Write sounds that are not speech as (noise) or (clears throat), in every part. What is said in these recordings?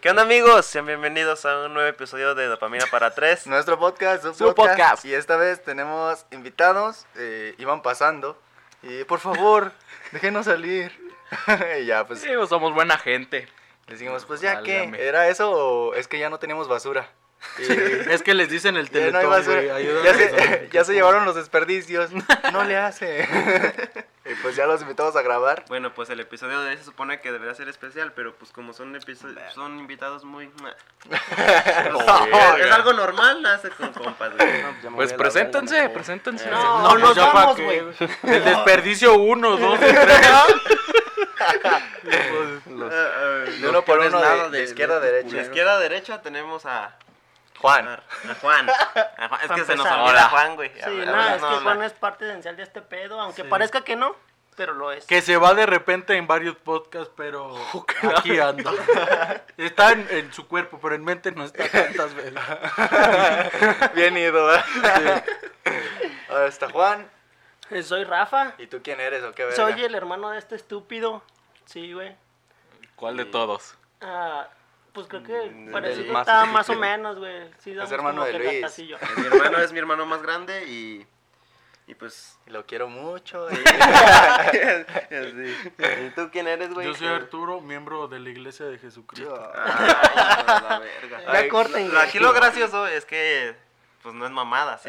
¿Qué onda amigos? Sean bienvenidos a un nuevo episodio de Dopamina para Tres. Nuestro podcast, su, Su podcast. podcast. Y esta vez tenemos invitados, eh, iban pasando. Y por favor, déjenos salir. (laughs) y ya, pues Sí, pues somos buena gente. les dijimos, pues ya que, Válgame. ¿era eso o es que ya no teníamos basura? Y Es que les dicen (laughs) el ya no teletón, hay basura. güey, (laughs) ayúdanos, Ya se, güey. ya se llevaron los desperdicios. No le hace. y pues ya los invitamos a grabar. Bueno, pues el episodio de hoy se supone que debería ser especial, pero pues como son episodios, son invitados muy... (laughs) es algo normal, nace con compas. güey. Pues preséntense, preséntense. No, No, nos ya pa' vamos, qué. güey. El desperdicio (laughs) uno, dos, y tres. Ah, ah, De uno por pones uno, de, nada de de- izquierda a de- De derecha. izquierda a derecha tenemos a, Juan. a Juan. A Juan. Es que se nos empezar. olvida Juan, güey. A Sí, ver, a nada, ver, es no que habla. Juan es parte esencial de este pedo, aunque parezca que no, pero lo es. Que se va de repente en varios podcasts, pero aquí anda. Está en, en su cuerpo, pero en mente no está tantas veces. Bien ido. ¿eh? Ahora está Juan. Eh, Soy Rafa, ¿Y tú quién eres o qué verga? soy el hermano de este estúpido. Sí, güey. ¿Cuál de todos? Ah, pues creo que parece Mm, del que más está más o estúpido. menos, güey. Sí, damos hermano como de que Luis. gatacillo. Mi hermano es mi hermano más grande y... Y (laughs) pues... Lo quiero mucho. y- ¿Y tú quién eres, güey? Yo soy Arturo, miembro de la Iglesia de Ah, Jesucristo. Ay, no, la verga. Ya corten, lo- güey. Aquí lo gracioso es que, pues no es mamada, sí.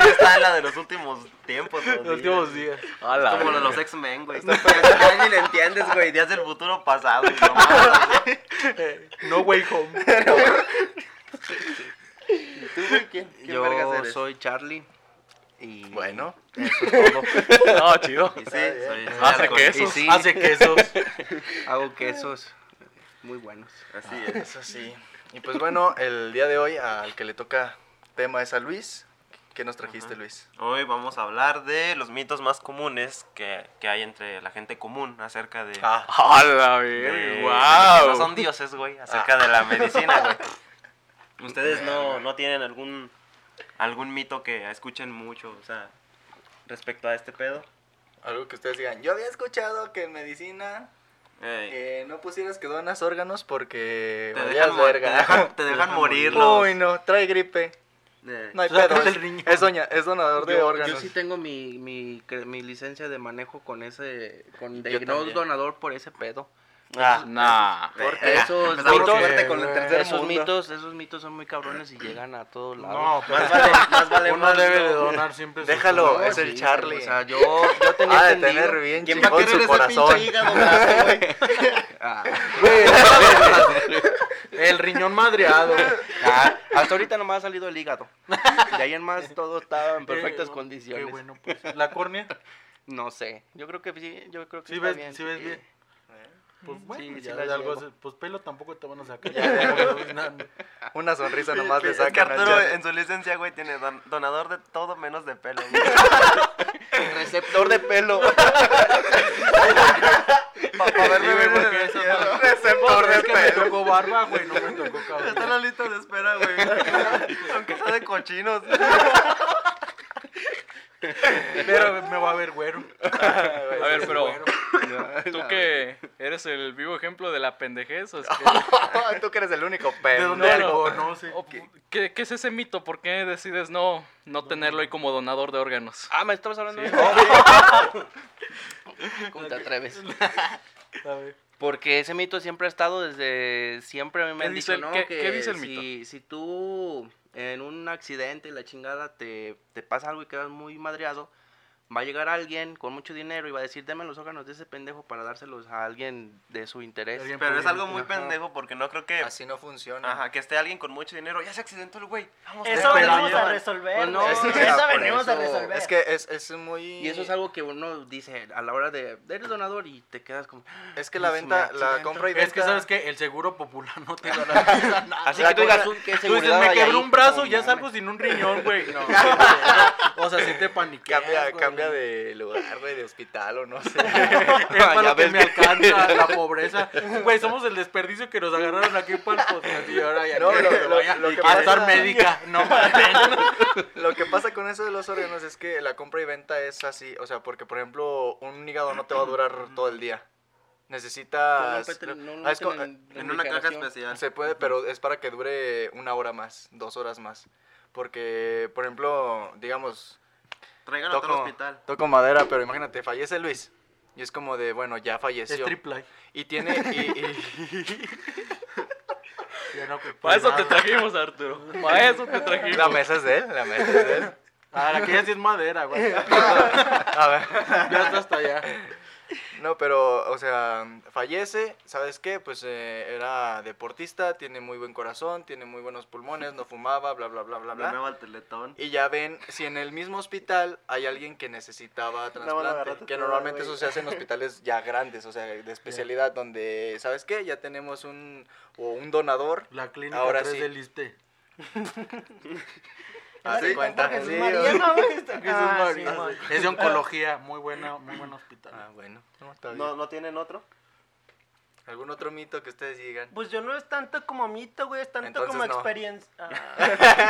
sí está en la de los últimos tiempos. Los Los últimos días. Es como lo de los X-Men, güey. Ya, (laughs) ya ni le entiendes, güey. Días del futuro pasado. y mamadas, güey. No way home. ¿Quién vergas eres? soy Charlie. Y bueno, (laughs) No, chido. Y sí, soy, soy Hace alcohólico. que eso. Sí. Hace quesos. Hago quesos muy buenos. Así es. eso sí. Y pues bueno, el día de hoy al que le toca tema es a Luis. ¿Qué nos trajiste, Ajá. Luis? Hoy vamos a hablar de los mitos más comunes que, que hay entre la gente común acerca de... Ah, ¡Hala, de- bien! de que No ¡Wow! son dioses, güey. Acerca de la medicina, güey. (laughs) Ustedes no, no tienen algún algún mito que escuchen mucho, o sea, respecto a este pedo. algo que ustedes digan. Yo había escuchado que en medicina Ey, eh, no pusieras que donas órganos porque te, valías dejan, mo- te, verga. (laughs) dejan, (laughs) te dejan eh. morirlos. Uy, no, trae gripe. Ey. No hay O sea, pedo. traes el riñón. Es, es doña, es donador de Yo, órganos. yo sí tengo mi, mi, cre- mi licencia de manejo con ese. Con de Yo no también. donador por ese pedo. Ah, Nah. Porque esos empezamos mitos, fuerte con el tercer esos mundo. mitos, esos mitos son muy cabrones y llegan a todos lados. No, Más pero vale, más (laughs) vale uno más, debe ¿no? de donar siempre. sus Déjalo, es órganos. el sí, Charlie. O sea, yo, yo tenía Ha de entendido- tener bien ¿Quién va a chingón querer ese su pinche corazón. hígado? graso, güey? Ah, El riñón madreado. ah, hasta ahorita nomás ha salido el hígado. De ahí en más todo estaba en perfectas Eh, condiciones. Qué bueno, pues. La córnea, No sé. Yo creo que sí, yo creo que si Pues ves, está bien. sí ves sí. bien. Pues bueno, sí ya la de algo llevo. hace- pues pelo tampoco te van a sacar. (laughs) Ya, No, no. (laughs) Una sonrisa nomás le Es que sacan al Arturo Charlie. en su licencia, güey, tiene don- donador de todo menos de pelo. (laughs) güey. Receptor de pelo. Para verme Sí, güey, ver en porque el eso cielo. (laughs) no- Receptor de Es que me pelo. tocó barba, güey, no me tocó Está en cabello. la lista de espera, güey. (laughs) Aunque sea de cochinos. Pero me va a ver (laughs) güero. A ver, pero Güero. tú que eres el vivo ejemplo de la pendejez, o es que- Tú que eres el único ¿De pelo. dónde lo conoce? o- ¿Qué, qué es ese mito? ¿Por qué decides no, no tenerlo ahí como donador de órganos? Ah, me estabas hablando de (laughs) ¿Cómo te atreves? A ver. Porque ese mito siempre ha estado desde siempre. A mí me ¿Qué han dice dicho, el- ¿no? qué- que qué dice el si, Si tú en un accidente, la chingada, te, te pasa algo y quedas muy madreado, va a llegar alguien con mucho dinero y va a decir, deme los órganos de ese pendejo para dárselos a alguien de su interés. Alguien Pero es algo muy Ajá. pendejo porque no creo que. Así no funciona. Ajá, que esté alguien con mucho dinero. Ya se accidentó el güey. Vamos Eso pero venimos llevan- a resolver. Pues no, güey. es que eso por venimos a eso- resolver. Es que es, es muy... Y eso es algo que uno dice a la hora de, eres donador y te quedas como... Es que la Es un venta, la accidente. compra y venta... Es que sabes que el seguro popular no te garantiza nada. Así La que tú digas, cosa- "Uy, qué Tú dices, seguridad me hay quebré ahí". un brazo, No ya mames. salgo sin un riñón, güey. No, o sea, sí te paniqueas, (laughs) Cambia, güey, cambia de lugar, güey, de hospital o no sé. (laughs) Es para Ya lo que ves me que- alcanza la pobreza. Güey, somos el desperdicio que nos agarraron aquí para el podcast y ahora ya No, quieren lo- que lo- vaya lo que a estar pasa- (laughs) médica. (laughs) No mames. Lo que pasa con eso de los órganos es que la compra y venta es así, o sea, porque por ejemplo, un hígado no te va a durar todo el día. Pues Necesitas No, no, no, Ah, es co- no, no, no, En una caja refrigeración. especial. se puede, pero es para que dure una hora más, dos horas más. Porque, por ejemplo, digamos, Traigan a otro toco, hospital. toco madera, pero imagínate, fallece Luis. Y es como de, bueno, ya Es falleció. triple A. Y tiene. y- y- Ya no, que- Para eso te pues, trajimos, Arturo. Para eso te (laughs) trajimos. la mesa es de él, la mesa es de (laughs) él. Ah, aquella sí es madera, güey. A ver. Ya está hasta allá. No, pero, o sea, fallece, ¿sabes qué? Pues eh, era deportista, tiene muy buen corazón, tiene muy buenos pulmones, no fumaba, bla, bla, bla, bla, La bla. nueva al teletón. Y ya ven, si en el mismo hospital hay alguien que necesitaba agarrate trasplante, que todo, normalmente güey. eso se hace en hospitales ya grandes, o sea, de especialidad, donde, ¿sabes qué? Ya tenemos un, o un donador. La clínica Ahora 3 sí. del ISTE. Haz de cuenta. Sí, Mariano, güey, está- Jesús Ah, sí, María. mon. es de oncología, muy buena, muy buen hospital. Ah, bueno. No, está bien. ¿No, ¿No tienen otro? ¿Algún otro mito que ustedes digan? Pues yo no es tanto como mito, güey, es tanto Entonces como no. experiencia. (laughs)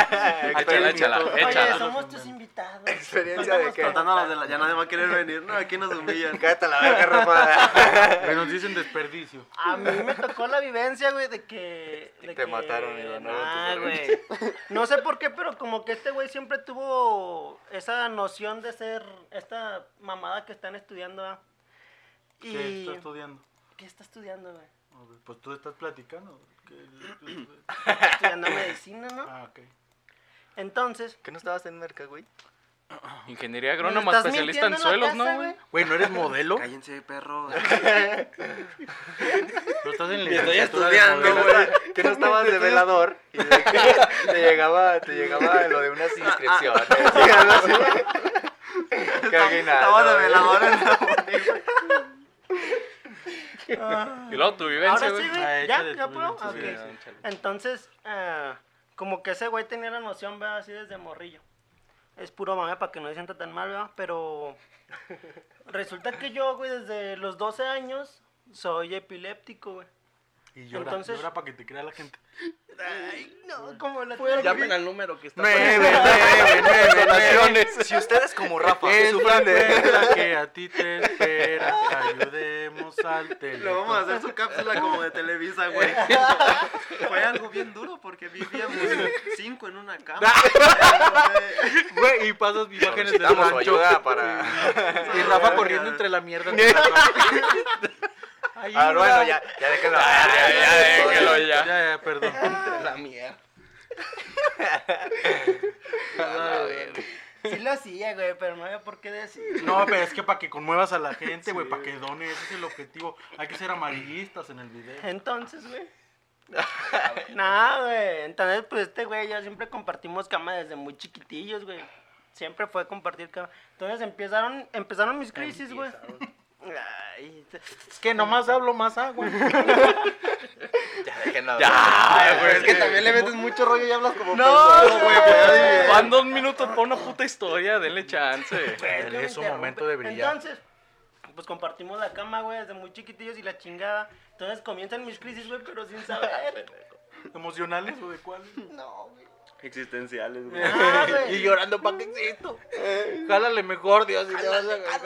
Ah. Échala, échala, Oye, échala. somos tus invitados. ¿Experiencia de qué? Tratándonos de la. Ya nadie va a querer venir. No, aquí (laughs) nos humillan. Cállate la verga, Rafa. Que nos dicen desperdicio. A mí me tocó la vivencia, güey, de que. de Te que- mataron, Iván, no Nah, tus güey. No sé por qué, pero como que este güey siempre tuvo esa noción de ser esta mamada que están estudiando. ¿ah? ¿Qué Y. está estudiando? ¿Qué está estudiando, güey? A ver, Pues tú estás platicando. ¿Qué- (laughs) Está Estudiando medicina, ¿no? Ah, ok. Entonces. ¿Que no estabas en merca, güey? Ingeniería ¿me agrónoma, estás especialista en mintiendo la suelos, casa, ¿no, güey? Güey, ¿no eres modelo? Cállense, (laughs) perros. Pero estás en Estoy licenciatura de estudiando, modelo. güey. Que no estabas de velador y de que (laughs) te llegaba, te llegaba lo de unas inscripciones. y ah, algo así. (laughs) Qué aguinaldo, Estaba de güey. velador en la Y luego tu vivencia, Ahora güey. sí, güey. Ah, ¿Ya? échale ¿Ya tu puedo? vivencia, Ok. Sí, ya, échale. Entonces, ah, como que ese güey tenía la noción, ¿verdad? Así desde morrillo. Es puro mame para que no se sienta tan mal, ¿verdad? (laughs) Pero resulta que yo, güey, desde los 12 años soy epiléptico, güey. Y llora, Entonces- llora para que te crea (laughs) la gente. No, como la Llamen al número que está. Nueve, nueve, nueve, Donaciones. Si ustedes como Rafa Es sufren de... la que a ti te espera. Te ayudemos al Lo vamos a teléfono. hacer su cápsula como de Televisa, güey. (laughs) Fue algo bien duro porque vivíamos cinco en una (laughs) cama. Güey, y pasas imágenes del Necesitamos su rancho. ayuda para... Y Rafa corriendo entre la (laughs) mierda. Ah, bueno, ya, ya déjenlo. Ah, Ya, ya, déjenlo ya. Ya, ya, perdón. La mierda. Sí lo hacía, güey, pero no había por qué decir. No, pero es que para que conmuevas a la gente, güey, para que done, ese es el objetivo. Hay que ser amarillistas en el video. Entonces, (laughs) güey. Nada, güey. Entonces, pues este güey, ya siempre compartimos cama desde muy chiquitillos, güey. Siempre fue compartir cama. Entonces empezaron, empezaron mis crisis, güey. Ay, te- Es que nomás hablo más agua. ya, déjenlo. Ah, Ya, güey. Es que también le metes mucho rollo y hablas como. No, güey, pues, Van dos minutos para una puta historia, denle chance. güey, Él que me es un interrumpe. momento de brillar. Entonces, pues compartimos la cama, güey, desde muy chiquitillos y la chingada. Entonces comienzan mis crisis, güey, pero sin saber. (laughs) ¿Emocionales o de cuáles? No, güey. Existenciales, güey. Ah, güey. Y llorando, ¿para qué existo? Jálale mejor, Dios, y te vas a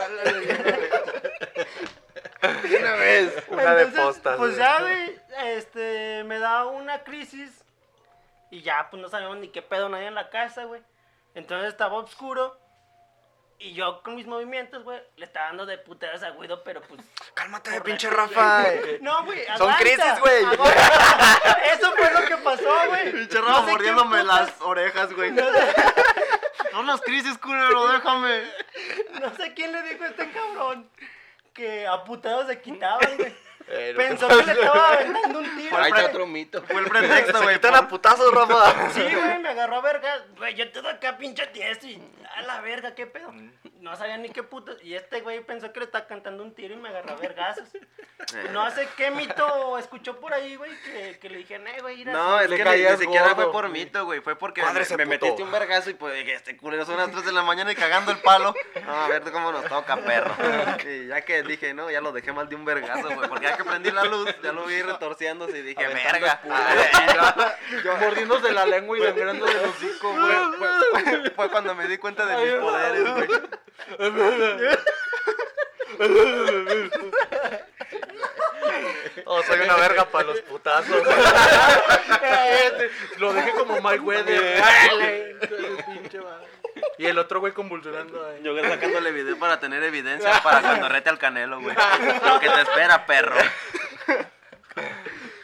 Una vez. Una de Entonces, postas. Pues güey. ya, güey, este, me da una crisis y ya, pues no sabemos ni qué pedo nadie en la casa, güey. Entonces estaba oscuro y yo con mis movimientos, güey, le estaba dando de puteras a Guido, pero (laughs) pues... Cálmate, Eh, pinche Rafa. eh. No, güey, Son aguanta, crisis, güey. aguanta. Eso fue lo (laughs) que pasó, güey. Pinche No Rafa sé qué mordiéndome putas- las orejas, (laughs) güey. Son las crisis, culero, déjame. (laughs) No sé quién le dijo a este cabrón que a putados se quitaban, güey. Eh, no te Pensó que pases. le estaba aventando un tiro. Ahí (laughs) está güey. otro mito. Fue el Se pretexto, güey. quitan a putazos, (laughs) Rafa. (laughs) Sí, güey, me agarró a verga. Güey, yo todo acá pinche tiesto y a la verga, qué pedo. No sabía ni qué puto. Y este güey pensó que le estaba cantando un tiro y me agarró a vergazos. Eh, No sé qué mito escuchó por ahí, güey, que, que le dijeron, eh, güey, mira, No, es Le que ni- ni caías siquiera gordo. fue por mito, güey. Fue porque Padre, me- ese me puto. metiste un vergazo y pues dije, este culero son las 3 de la mañana y cagando el (laughs) palo. No, a ver cómo nos toca, (laughs) perro. Y ya que dije, no, ya lo dejé mal de un vergazo, güey. Porque ya que prendí la luz, ya lo vi retorciéndose y dije, Aventando (laughs) verga. Mordiéndose la lengua y sangrando del hocico, güey. Fue- fue- fue- Fue cuando me di cuenta de mis poderes, güey. Oh, soy una verga para los putazos. Lo dejé como (laughs) Mike Weather. Dale. Pinche madre. Y el otro güey convulsionando. ahí. Yo sacándole video para tener evidencia para (laughs) cuando rete al canelo, güey. Lo que te espera, perro.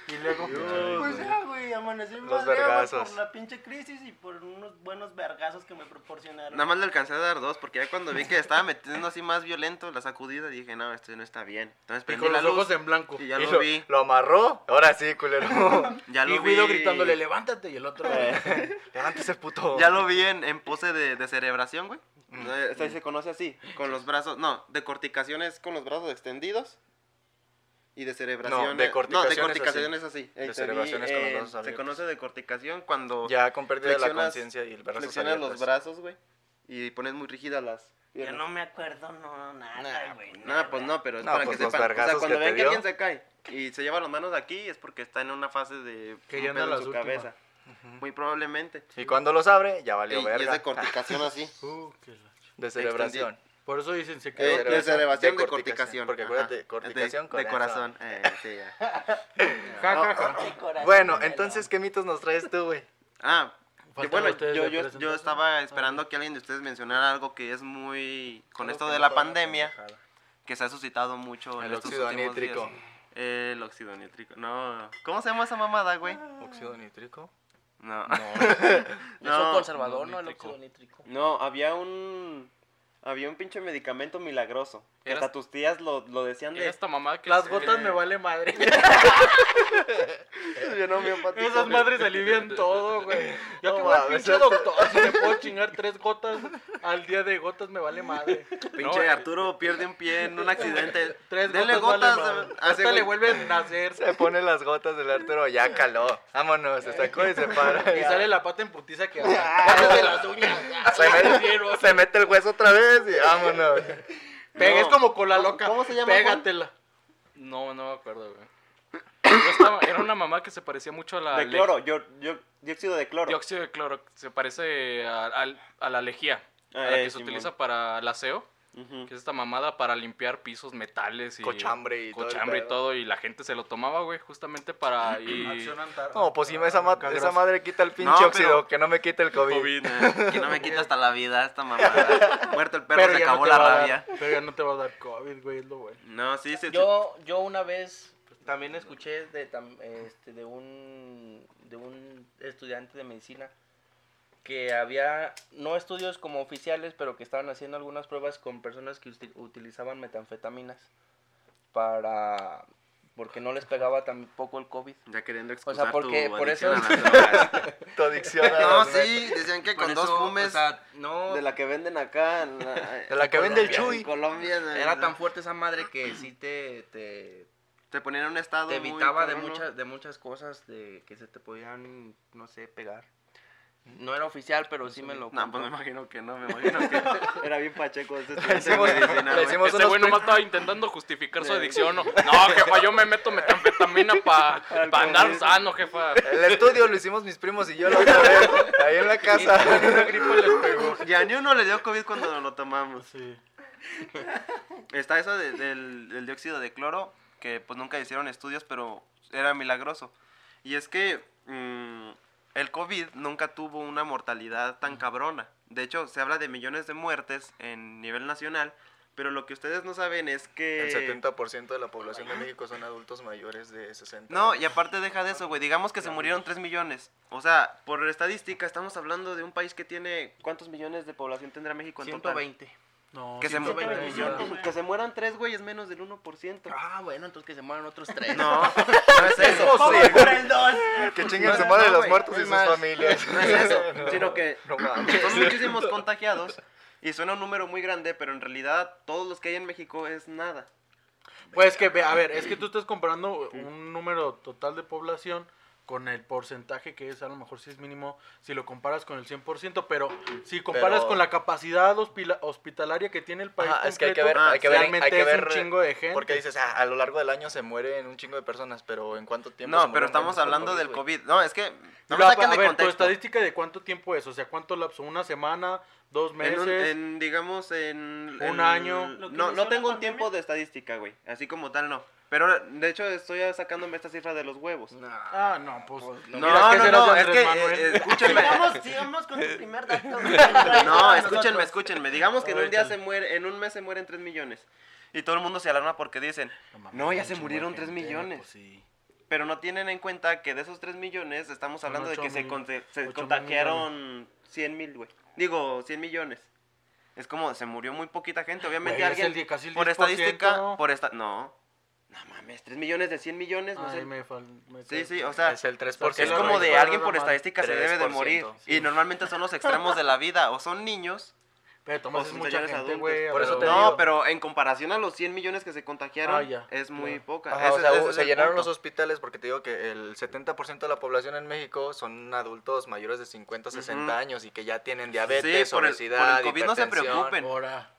Y luego. eh, Pues ya, güey, amanecí Los madreado por vergazos. la pinche crisis y por unos buenos vergazos que me proporcionaron. Nada más le alcancé a dar dos, porque ya cuando vi que estaba metiendo así más violento la sacudida, dije, no, esto no está bien. Entonces Y prendí con la los ojos luz en blanco. y Y, ya Y lo, lo, vi. lo amarró. Ahora sí, (laughs) culero. Ya lo vi. Guido gritándole, levántate. Y el (laughs) otro. Eh, Levántese, puto. Ya lo vi en, en pose de, de cerebración, güey. Eh, se- Se conoce así, con los brazos, no, de corticación es con los brazos extendidos. Y de cerebración. No, de eh, corticación es de corticación es así. Eh, De te vi, cerebración es con los eh, brazos Se abiertos. conoce de corticación cuando Ya con pérdida de la flexionas- conciencia y el brazo pues. flexionas los brazos, güey. Y pones muy rígidas las. Yo piernas. no me acuerdo, no, nada, güey. No, pues no, pero es No, para pues que los sepan. O sea, vergazos cuando que ven que te dio. alguien se cae y se lleva las manos aquí es porque está en una fase de Que un ya anda pedo en las su últimas. cabeza. Muy probablemente. Y cuando los abre, ya Y, valió y es verga. de corticación así. Uh, qué la ch- De celebración. Por eso dicen se Eh, quedó. de cerebración, de De corticación. corticación, porque ajá. acuérdate, Es de- corticación, De corazón. corazón. Eh, sí, ya. Ja, ja, ja. Bueno, entonces, ¿qué mitos nos traes tú, güey? Ah, y Faltan bueno, ustedes yo, de yo, yo presentación. estaba esperando que alguien de ustedes mencionara algo que es muy... Con esto de la pandemia, que se ha suscitado mucho en El estos óxido últimos días. nítrico. Eh, El óxido nítrico. No, ¿cómo se llama esa mamada, güey? ¿Óxido nítrico? No. (laughs) Es un No. conservador, ¿no? El nítrico. óxido nítrico. No, había un. Había un pinche medicamento milagroso. Que Eras- hasta tus tías lo, lo decían Era de. esta mamá que Las se- gotas me vale madre. Yo no, homeopático. Esas madres alivian todo, güey. (laughs) Yo No que voy al mames. pinche doctor, si me puedo chingar tres gotas al día de gotas, me vale madre. Pinche Arturo pierde un pie en un accidente. Tres Denle gotas. gotas, vale eh, madre. hace, Hasta le güey. vuelven a nacer. Se pone las gotas del Arturo, ya caló. Vámonos, se sacó y (laughs) se para. Y ya. sale la pata en putiza que hace. las uñas. se, mete, se mete el hueso otra vez y vámonos. No. Pega, es como con la ¿Cómo- loca. cómo se llama, Juan? Pégatela. No, no me acuerdo, güey. Yo estaba- era una mamá que se parecía mucho a la. De le- cloro, yo, yo, dióxido de cloro. Dióxido de cloro. Se parece a, al- a la lejía. Ah, a la eh, que se Simón. utiliza para el aseo. Ujú. Que es esta mamada para limpiar pisos, metales y. Cochambre y todo el cochambre pedo. y todo. Y la gente se lo tomaba, güey, justamente para. (clears throat) Y... No, pues si esa, ma- esa madre quita el pinche pero- óxido, que no me quite el COVID. Eh, (laughs) que no me quita hasta la vida esta mamada. Muerto el perro, se ya no acabó te la va a dar- rabia. pero ya no te va a dar COVID, güey, es lo bueno. No, sí, sí. sí. Yo, yo una vez también escuché de, tam- este, de, un, de un estudiante de medicina que había, no estudios como oficiales, pero que estaban haciendo algunas pruebas con personas que usti- utilizaban metanfetaminas para... porque no les pegaba tampoco el COVID. Ya queriendo sea, excusar porque- tu por adicción eso- a las drogas. Tu adicción (laughs) a No, las- sí, decían que con Por dos eso, fumes o sea, no, de la que venden acá. en la- De la que vende el Colombia, Chuy. en Colombia. no, era no. tan fuerte esa madre que sí te, te, Te ponían en un estado. te muy evitaba de cabrón, ¿no? muchas de muchas cosas de que se te podían no sé pegar no era oficial pero sí me lo No, pues contó. me imagino que no, me imagino que era bien pacheco ese Le estudiante de hicimos, medicina, le güey. hicimos Ese unos güey nomás prin- estaba intentando justificar Eh. su adicción. No, no jefa, yo me meto metanfetamina (laughs) para andar sano, jefa. El estudio lo hicimos mis primos y yo la otra vez, ahí en la casa. Una gripa les pegó. Ya ni uno le dio COVID cuando nos lo tomamos. Sí. Está eso de- del, del dióxido de cloro, que pues nunca hicieron estudios, pero era milagroso. Y es que mm, el COVID nunca tuvo una mortalidad tan cabrona. De hecho, se habla de millones de muertes en nivel nacional, pero lo que ustedes no saben es que... El 70% de la población de México son adultos mayores de 60. No, años. y aparte deja de eso, güey. Digamos que se murieron 3 millones. O sea, por estadística, estamos hablando de un país que tiene. ¿Cuántos millones de población tendrá México en total? 120 No, Que se mu- 120 millones. millones. que se mueran tres, güey, es menos del 1%. Ah, bueno, entonces que se mueran (laughs) otros tres. No, no es (laughs) eso. Vamos por el dos. Que chinguen No, su no, madre no, los güey, muertos es y sus más. familias. No es eso, (laughs) sino que No mames. son muchísimos contagiados y suena un número muy grande, pero en realidad todos los que hay en México es nada. Pues que, ve, a ver, es que tú estás comparando un número total de población con el porcentaje que es, a lo mejor si es mínimo, si lo comparas con el 100%, pero si comparas Pero- con la capacidad hospila- hospitalaria que tiene el país Ajá, es que hay que completo, ver- hay que ver- realmente hay que es ver- un chingo de gente. Porque dices, "Ah, a lo largo del año se mueren un chingo de personas, pero ¿en cuánto tiempo? se No, pero murieron estamos tantos por hablando del güey? COVID. No, es que no Y me la- saquen a de ver, tu contexto. estadística de cuánto tiempo es, o sea, cuánto lapso, una semana, dos meses. En, un- en, digamos, en... Un en- año. Lo que No, inició no la tengo un pandemia. tiempo de estadística, güey. Así como tal, no. Pero, de hecho, estoy sacándome esta cifra de los huevos. No, Ah, no, pues. no, mira, ¿qué no, serás de es Andrés que... Manuel? eh, escúchenme. Sigamos, sigamos con el primer dato. (laughs) No, Nosotros. escúchenme, escúchenme. Digamos que en un día Ahorita. se muere, en un mes se mueren 3 millones. Y todo el mundo se alarma porque dicen, mames, No, ya un se chingo de murieron tres gente, millones. pues sí. pero no tienen en cuenta que de esos 3 millones estamos Son hablando de ocho que se, mil- conte- se ocho mil contagiaron 100 mil, güey. Digo, 100 millones. Es como, se murió muy poquita gente. Obviamente Güey, es alguien, el die- casi el por 10%, estadística, ¿no? por esta... No, no mames, 3 millones de 100 millones, no Ay, sé. me fal- me Sí, sí, o sea, Es el 3%. es la como raíz de para alguien la por madre. estadística se debe de morir. 3%, Y normalmente son los extremos de la vida, o son niños Pero Tomás Pues es son mucha señores gente, adultos. güey. Por eso pero- te no, digo. pero en comparación a los 100 millones que se contagiaron, Ah, ya, es muy claro. poca. Ajá, o Ese- sea, ese u- es se el llenaron punto. los hospitales porque te digo que el 70% de la población en México son adultos mayores de 50, 60 Ujú. años y que ya tienen diabetes, Sí, por el- por el obesidad, COVID no se hipertensión. preocupen. Ahora.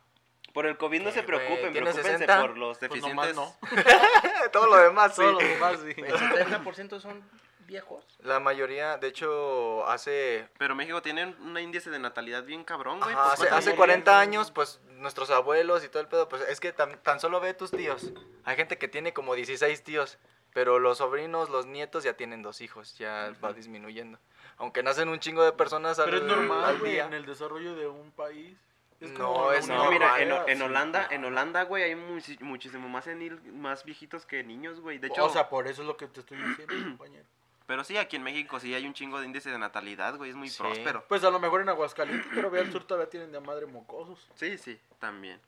Por el COVID no ¿Qué, se güey? preocupen, ¿Tienes preocupense 60? por los Pues deficientes. nomás no. (laughs) Todo lo demás, sí. Todo lo demás, (laughs) sí. El 70% son viejos. La mayoría, de hecho, hace Pero México tiene un un índice de natalidad bien cabrón, güey. Ajá, pues, hace, ¿cuántos hace murieron? 40 años, pues nuestros abuelos y todo el pedo, pues es que tan, tan solo ve tus tíos. Hay gente que tiene como 16 tíos, pero los sobrinos, los nietos ya tienen dos hijos, ya va disminuyendo. Aunque nacen un chingo de personas al, Pero es normal, al güey, día. en el desarrollo de un país. No, como es una No, mira, en, barrera, en sí. Holanda, en Holanda, güey, hay muchi- muchísimo más senil, más viejitos que niños, güey. De hecho, O sea, por eso es lo que te estoy (clears throat) diciendo, compañero. pero sí, aquí en México sí hay un chingo de índice de natalidad, güey, es muy Sí. próspero. Pues a lo mejor en Aguascalientes, pero ve al sur todavía tienen de a madre mocosos. Sí, sí, también.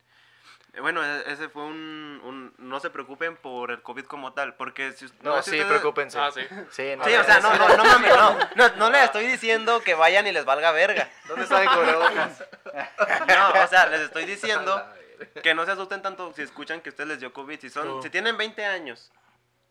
Eh, Bueno, e- ese fue un, un- No se preocupen por el COVID como tal, porque si... us- No, no, si sí, ustedes- preocúpense. Ah, sí. Sí, Sí, o sea, no, no, no mames, no. No, no les estoy diciendo que vayan y les valga verga. ¿Dónde están el cubrebocas? No, o sea, les estoy diciendo que no se asusten tanto si escuchan que a ustedes les dio COVID. Si, son, No. si tienen 20 años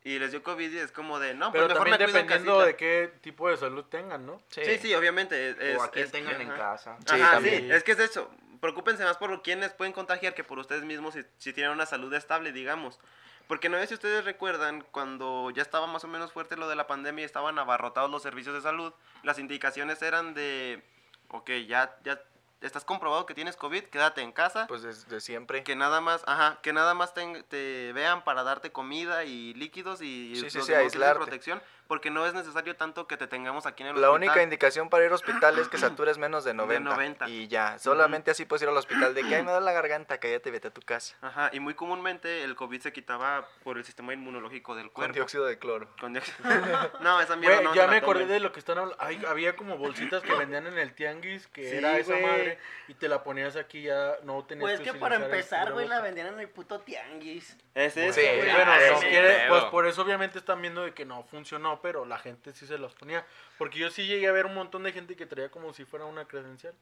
y les dio COVID, es como de, no, pues Pero mejor me también cuido en dependiendo casita. de qué tipo de salud tengan, ¿no? Sí, sí, obviamente. Es, o a es- quien es- tengan en ajá. casa. Sí, Ajá, sí, también. es que es eso. Preocúpense más por quienes pueden contagiar que por ustedes mismos si, si tienen una salud estable, digamos. Porque no sé si ustedes recuerdan, cuando ya estaba más o menos fuerte lo de la pandemia y estaban abarrotados los servicios de salud, las indicaciones eran de, ok, ya, ya estás comprobado que tienes COVID, quédate en casa. Pues de, de siempre. que nada más, ajá, que nada más ten- te vean para darte comida y líquidos y Sí, sí, los demás sí, usos de aislarte. protección, porque no es necesario tanto que te tengamos aquí en el La hospital. única indicación para ir al hospital es que satures menos de 90. 90. Y ya, solamente así puedes ir al hospital. De que, ay, me da la garganta, cállate, vete a tu casa. Ajá, y muy comúnmente el COVID se quitaba por el sistema inmunológico del Con cuerpo. dióxido de (laughs) cloro. Con (laughs) dióxido. (laughs) no, esa mierda Güey, no ya se me la acordé tomen. de lo que están hablando. Ay, había como bolsitas que vendían en el tianguis, que Sí, era esa güey. madre, y te la ponías aquí ya no tenías Pues es que utilizar para este el empezar, güey, la cubrebocas. vendían en el puto tianguis. Es eso, Sí, güey. Pues Bueno, Ah, no sí, quiere- pedo. pues por eso obviamente están viendo de que no funcionó, pero la gente sí se las ponía. Porque yo sí llegué a ver un montón de gente que traía como si fuera una credencial.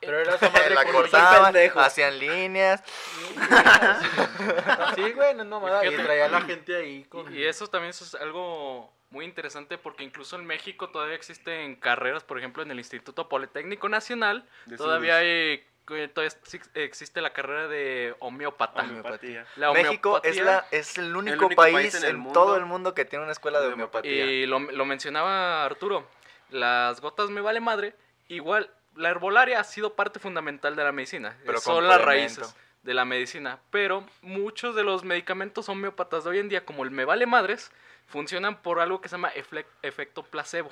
Pero era esa (laughs) madre la con- cortaban, hacían líneas. (laughs) Sí, güey, no es nomada. Y Fíjate. traía a la gente ahí con... Y eso también es algo muy interesante porque incluso en México todavía existen carreras, por ejemplo, en el Instituto Politécnico Nacional, De todavía hay eh, todavía ex- existe la carrera de homeópata. Homeopatía. La México es, homeopatía- la, es el único, único país, país en en, el mundo todo el mundo que tiene una escuela de de homeopatía. Y lo, lo mencionaba Arturo, las gotas me vale madre. Igual, la herbolaria ha sido parte fundamental de la medicina. Pero eh, son las complemento. raíces de la medicina. Pero muchos de los medicamentos homeópatas de hoy en día, como el me vale madres, funcionan por algo que se llama efle- efecto placebo.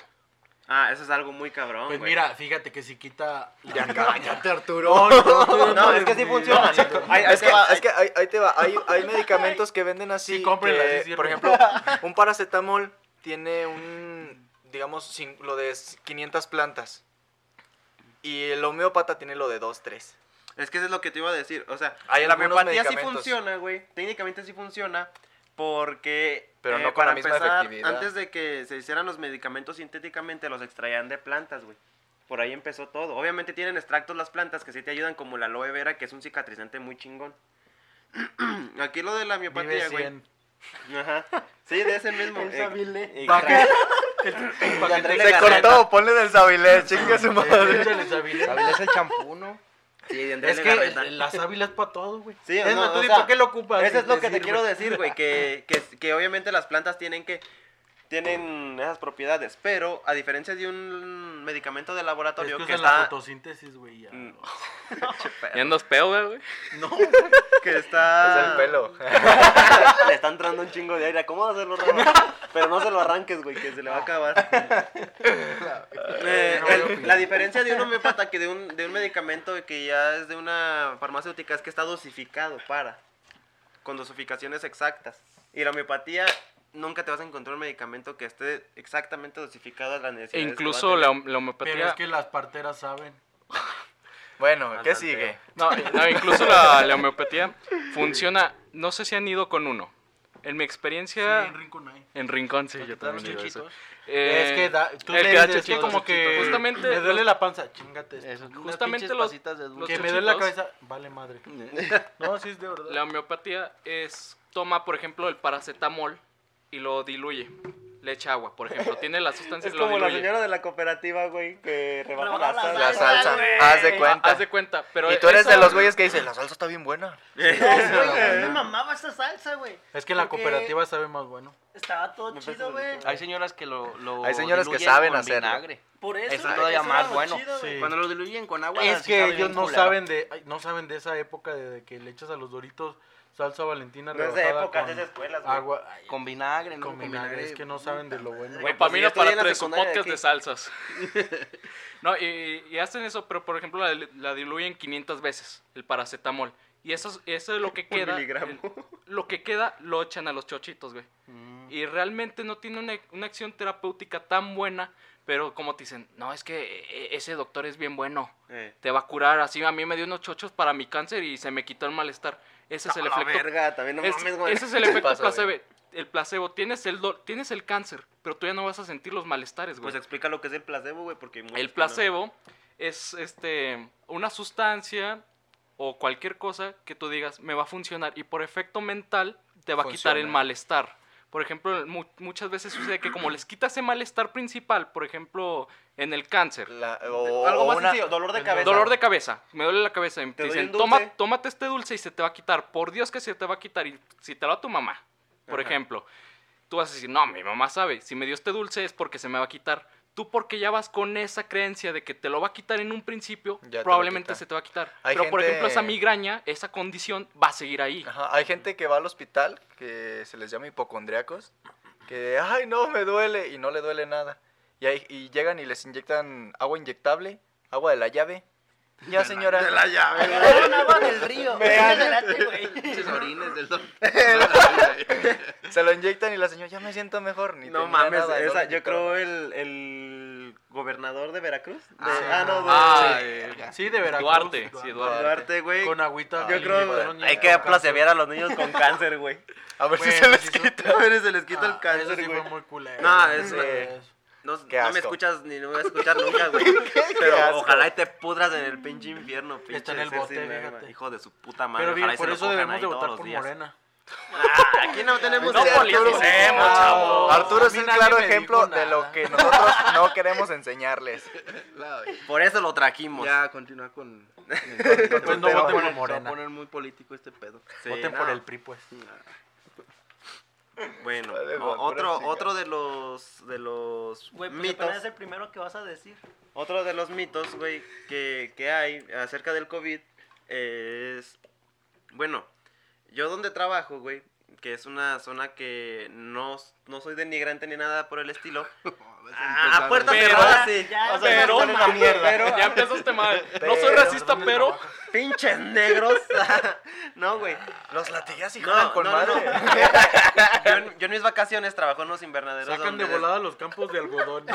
Ah, eso es algo muy cabrón. Pues güey. mira, fíjate que si quita... (laughs) (laughs) Ya cállate, Arturo. No, no, (laughs) no, pues No, es que sí (laughs) funciona. Ay, es, es que, que va- es que ahí, ahí te va. Hay, hay medicamentos que venden así. Sí, cómprenla, que, sí sirve. por ejemplo, un paracetamol tiene un, digamos, cin- lo de 500 plantas. Y el homeópata tiene lo de 2, 3. Es que eso es lo que te iba a decir. O sea, Hay la algunos homeopatía sí medicamentos. funciona, güey. Técnicamente sí funciona. Porque. eh, Pero no con la misma efectividad. Antes de que se hicieran los medicamentos sintéticamente, los extraían de plantas, güey. Por ahí empezó todo. Obviamente tienen extractos las plantas que sí te ayudan, como la aloe vera, que es un cicatrizante muy chingón. (clears throat) Aquí lo de la Vive miopatía, güey. (laughs) 100. Ajá. Sí, de ese mismo. El eh, Sabile. eh, (laughs) Pa' que- Se Se cortó, ponle del sabilés, chingue su madre. Échale, Sabile. Sabile es el champú, ¿no? Sí, de Andrés Es Legarreta. que la sábila es para todo, güey. Sí, es no, más, tú o di, sea, ¿para qué lo ocupas? Eso si es lo que te sirve? quiero decir, güey, que, que, que obviamente las plantas tienen que tienen esas propiedades, pero a diferencia de un medicamento de Es que laboratorio que, usan (laughs) la (laughs) está fotosíntesis, güey. ya. Mm. Y andas pedo, güey. No, que está Es el pelo. (laughs) le está entrando un chingo de aire, acomódaselo, Rafa. Pero no se lo arranques, güey, que se le va a acabar. Eh, el- la diferencia de un homeópata que de un, de un medicamento que ya es de una farmacéutica es que está dosificado para, con dosificaciones exactas. Y la homeopatía nunca te vas a encontrar un medicamento que esté exactamente dosificado a la E necesidad. incluso la, la homeopatía. pero es que las parteras saben. Bueno, ¿qué Al tanteo. sigue? No, eh, no, incluso la, la homeopatía funciona. No sé si han ido con uno. En mi Sí, experiencia. en rincón hay. en Rincón, sí, yo Te dan también he ido a eso. chuchitos. Eh, es que da, tú el le que da dices, es que chuchitos, como que chuchitos. Justamente me duele los- la panza, chingate esto. Eso, unas Justamente pinches los- pasitas de los dulce. que me duele la chuchitos. cabeza, (laughs) vale madre. No, sí es de verdad. La homeopatía es. Toma, por ejemplo, el paracetamol y lo diluye. Le echa agua, por ejemplo. (laughs) Tiene las Es sustancias y lo como la diluye. señora de la cooperativa, güey, que rebaja Rebaja la sal. La la salsa, haz de cuenta. Haz de cuenta. Pero Y tú eres eso- de los güeyes que dicen, la salsa está bien buena. No, güey, a mí me mamaba esa salsa, güey. Es que en la Porque cooperativa sabe más bueno. Estaba todo Me chido, parece güey. bonito. Hay señoras que lo, lo Hay señoras que diluyen saben con hacerlo. vinagre. Por eso, Eso güey, todavía eso más era lo bueno. chido, güey. Sí. Cuando lo diluyen con agua. Es sí que sabe ellos bien no culero. saben de ay, no saben de esa época de que le echas a los doritos salsa valentina No (laughs) es de rebajada épocas, con es de escuelas, güey. agua ay, Con vinagre, ¿no? con vinagre, es que no saben de lo bueno. Güey, Pues para si mí yo no estoy para en la tres, un secundaria, ¿de podcast qué? de salsas. (laughs) no, y, y hacen eso, pero por ejemplo la, la diluyen 500 veces, el paracetamol. Y eso, es- eso es lo (laughs) que Un queda. miligramo. el- lo que queda lo echan a los chochitos, güey. Y realmente no tiene una, una acción terapéutica tan buena, pero como te dicen, no, es que eh, ese doctor es bien bueno, Eh. te va a curar. Así a mí me dio unos chochos para mi cáncer y se me quitó el malestar. Ese es (laughs) el A la efecto verga, también no es- mames, güey. ese es el efecto pasó, placebo. güey. El placebo, tienes el, do- tienes el cáncer, pero tú ya no vas a sentir los malestares, güey. Pues explica lo que es el placebo, güey, porque... hay muchos que el no. placebo es este una sustancia o cualquier cosa que tú digas me va a funcionar y por efecto mental te va a quitar el Funciona. malestar. Por ejemplo, mu- muchas veces sucede que como les quita ese malestar principal, por ejemplo, en el cáncer, La- o, Algo o más una- sencillo, dolor de cabeza. dolor de cabeza, me duele la cabeza, y te, doy dicen, un Toma, dulce". tómate este dulce y se te va a quitar. Por Dios que se te va a quitar. Y si te lo da tu mamá, por Ajá. ejemplo, tú vas a decir, no, mi mamá sabe, si me dio este dulce es porque se me va a quitar. Tú porque ya vas con esa creencia de que te lo va a quitar en un principio, Ya te lo probablemente quita. se te va a quitar. Hay Pero por gente- ejemplo, esa migraña, esa condición va a seguir ahí. Ajá, Hay gente que va al hospital, que se les llama hipocondriacos, que, ay, no, me duele, y no le duele nada. Y, ahí- y llegan y les inyectan agua inyectable, agua de la llave. Ya, señora. De la llave, (laughs) güey. Era agua del río. Me güey, han- adelante, güey. Pinches orines (laughs) del dolor. Se lo inyectan y la señora, ya me siento mejor. Ni No tenía mames, nada, no esa, yo le inyectaron. creo el, el gobernador de Veracruz. de- Ah, sí. ah, no, de Ah, de eh, Sí, de Veracruz. Duarte, sí, Duarte. Duarte, güey. Con agüita. Yo le creo inyectaron hay ya que con placebear a los niños con cáncer, güey. (laughs) A ver si Bueno, se les sí, sí. quita. A ver, se les quita cáncer. el Ah, cáncer, eso sí güey. fue muy culero. No, es- mames. No, Qué no asco. me escuchas ni no me vas a (laughs) escuchar nunca, güey. Pero asco. ojalá y te pudras en el pinche infierno, pinche. Está en el ser bote, sin alma, fíjate. Hijo de su puta madre. Pero ojalá bien, y por se lo eso cojan debemos ahí de todos votar los por días. Morena. Ah, aquí no tenemos No idea, Arturo. politicemos, eh, chavos. Arturo es eh, A mí un nadie claro me dijo ejemplo de lo nada. que nosotros no (laughs) queremos enseñarles. La- Por eso lo trajimos. Ya, continúa con. (laughs) Entonces no Pero voten bueno, por Se va a Morena. poner muy político este pedo. Sí, Voten no. por el PRI, pues. Bueno, Vale, o- pura otro, chica. otro de los de los Güey, pues mitos. apenas es el primero que vas a decir. Otro de los mitos, güey, que, que hay acerca del COVID es. Bueno, yo donde trabajo, güey, que es una zona que no, no soy denigrante ni nada por el (laughs) estilo. Pues, Ah, puertas Pero- cerradas, sí. ya, O sea, pero- es una mierda. (laughs) ya empezaste mal. No soy Pero- racista, ¿Dónde pero trabajas? Pinches negros. (laughs) no, güey. Los latigueas y No, jalan con no, no, madre. (laughs) no. Yo en, yo en mis vacaciones trabajo en unos invernaderos. Sacan de donde- volada los campos de algodón.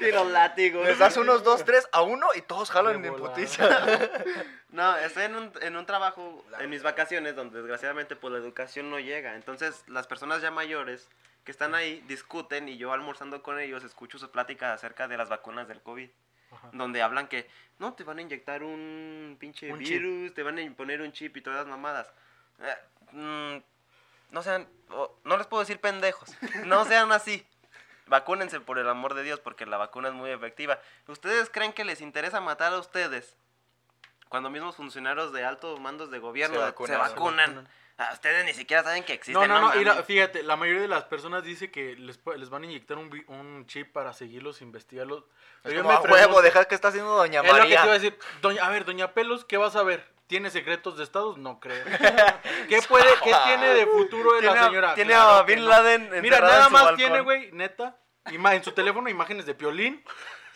Y los látigos. Les das unos, dos, tres a uno y todos jalan De en volada. putiza. No, estoy en un, en un trabajo, en mis vacaciones, donde desgraciadamente pues la educación no llega. Entonces las personas ya mayores que están ahí discuten y yo almorzando con ellos escucho sus pláticas acerca de las vacunas del COVID. Ajá. Donde hablan que no, te van a inyectar un pinche Un chip. virus, te van a imponer un chip y todas las mamadas. Eh, mm, no sean, o- no les puedo decir pendejos, no sean así. Vacúnense por el amor de Dios porque la vacuna es muy efectiva. ¿Ustedes creen que les interesa matar a ustedes cuando mismos funcionarios de altos mandos de gobierno Se se vacunan. vacunan? Se Ah, ustedes ni siquiera saben que existen. No, no, no. mames. mira, fíjate, la mayoría de las personas dice que les, pu- les van a inyectar un, vi- un chip para seguirlos, investigarlos. Pero Es yo como, a me pregunto- huevo, deja que está haciendo Doña Es lo que te iba a María. decir. Doña, a ver, Doña Pelos, ¿qué vas a ver? ¿Tiene secretos de estados? No creo. ¿Qué puede, qué tiene de futuro de la señora? tiene Claro a que Bin no. Laden Mira, encerrada nada en su más balcón. tiene, güey, neta, ima- en su teléfono imágenes de Piolín,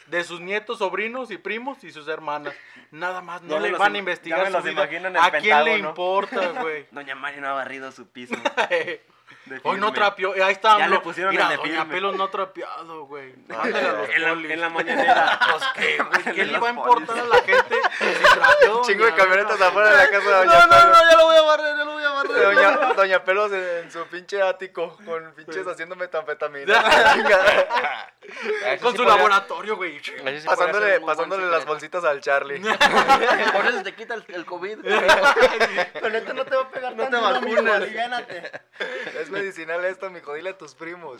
de sus nietos, sobrinos y primos y sus hermanas. Nada más, no Ya me le los van im- a investigar ya me su los vida. imagino en el ¿A quién le Pentágono. importa, (laughs) güey? Doña María no ha barrido su piso. de Hoy no firme. trapeó, eh, ahí está. Ya AMLO. le pusieron Mira, el de Doña firme. Pelos no ha trapeado, (laughs) güey. No, Mándale a los En la, polis. en la mañanera. ¿Qué En le los va a importar polis. a (laughs) la gente si trapeó? Chingo de Doña camionetas Pelos? afuera de la casa de Doña No, no, Pelos. no, ya lo voy a barrer, ya lo voy a barrer. Doña, Doña Pelos en, en su pinche ático, con pinches haciendo (laughs) metanfetamina. Con su laboratorio, güey. pasándole pasándole las bolsitas al (laughs) Charlie. (laughs) Por eso te quita el, el COVID. Con esto no te va a pegar No te tanto, amigo, vacunas. aliviánate. es medicinal esto, mijo, dile a tus (laughs) primos.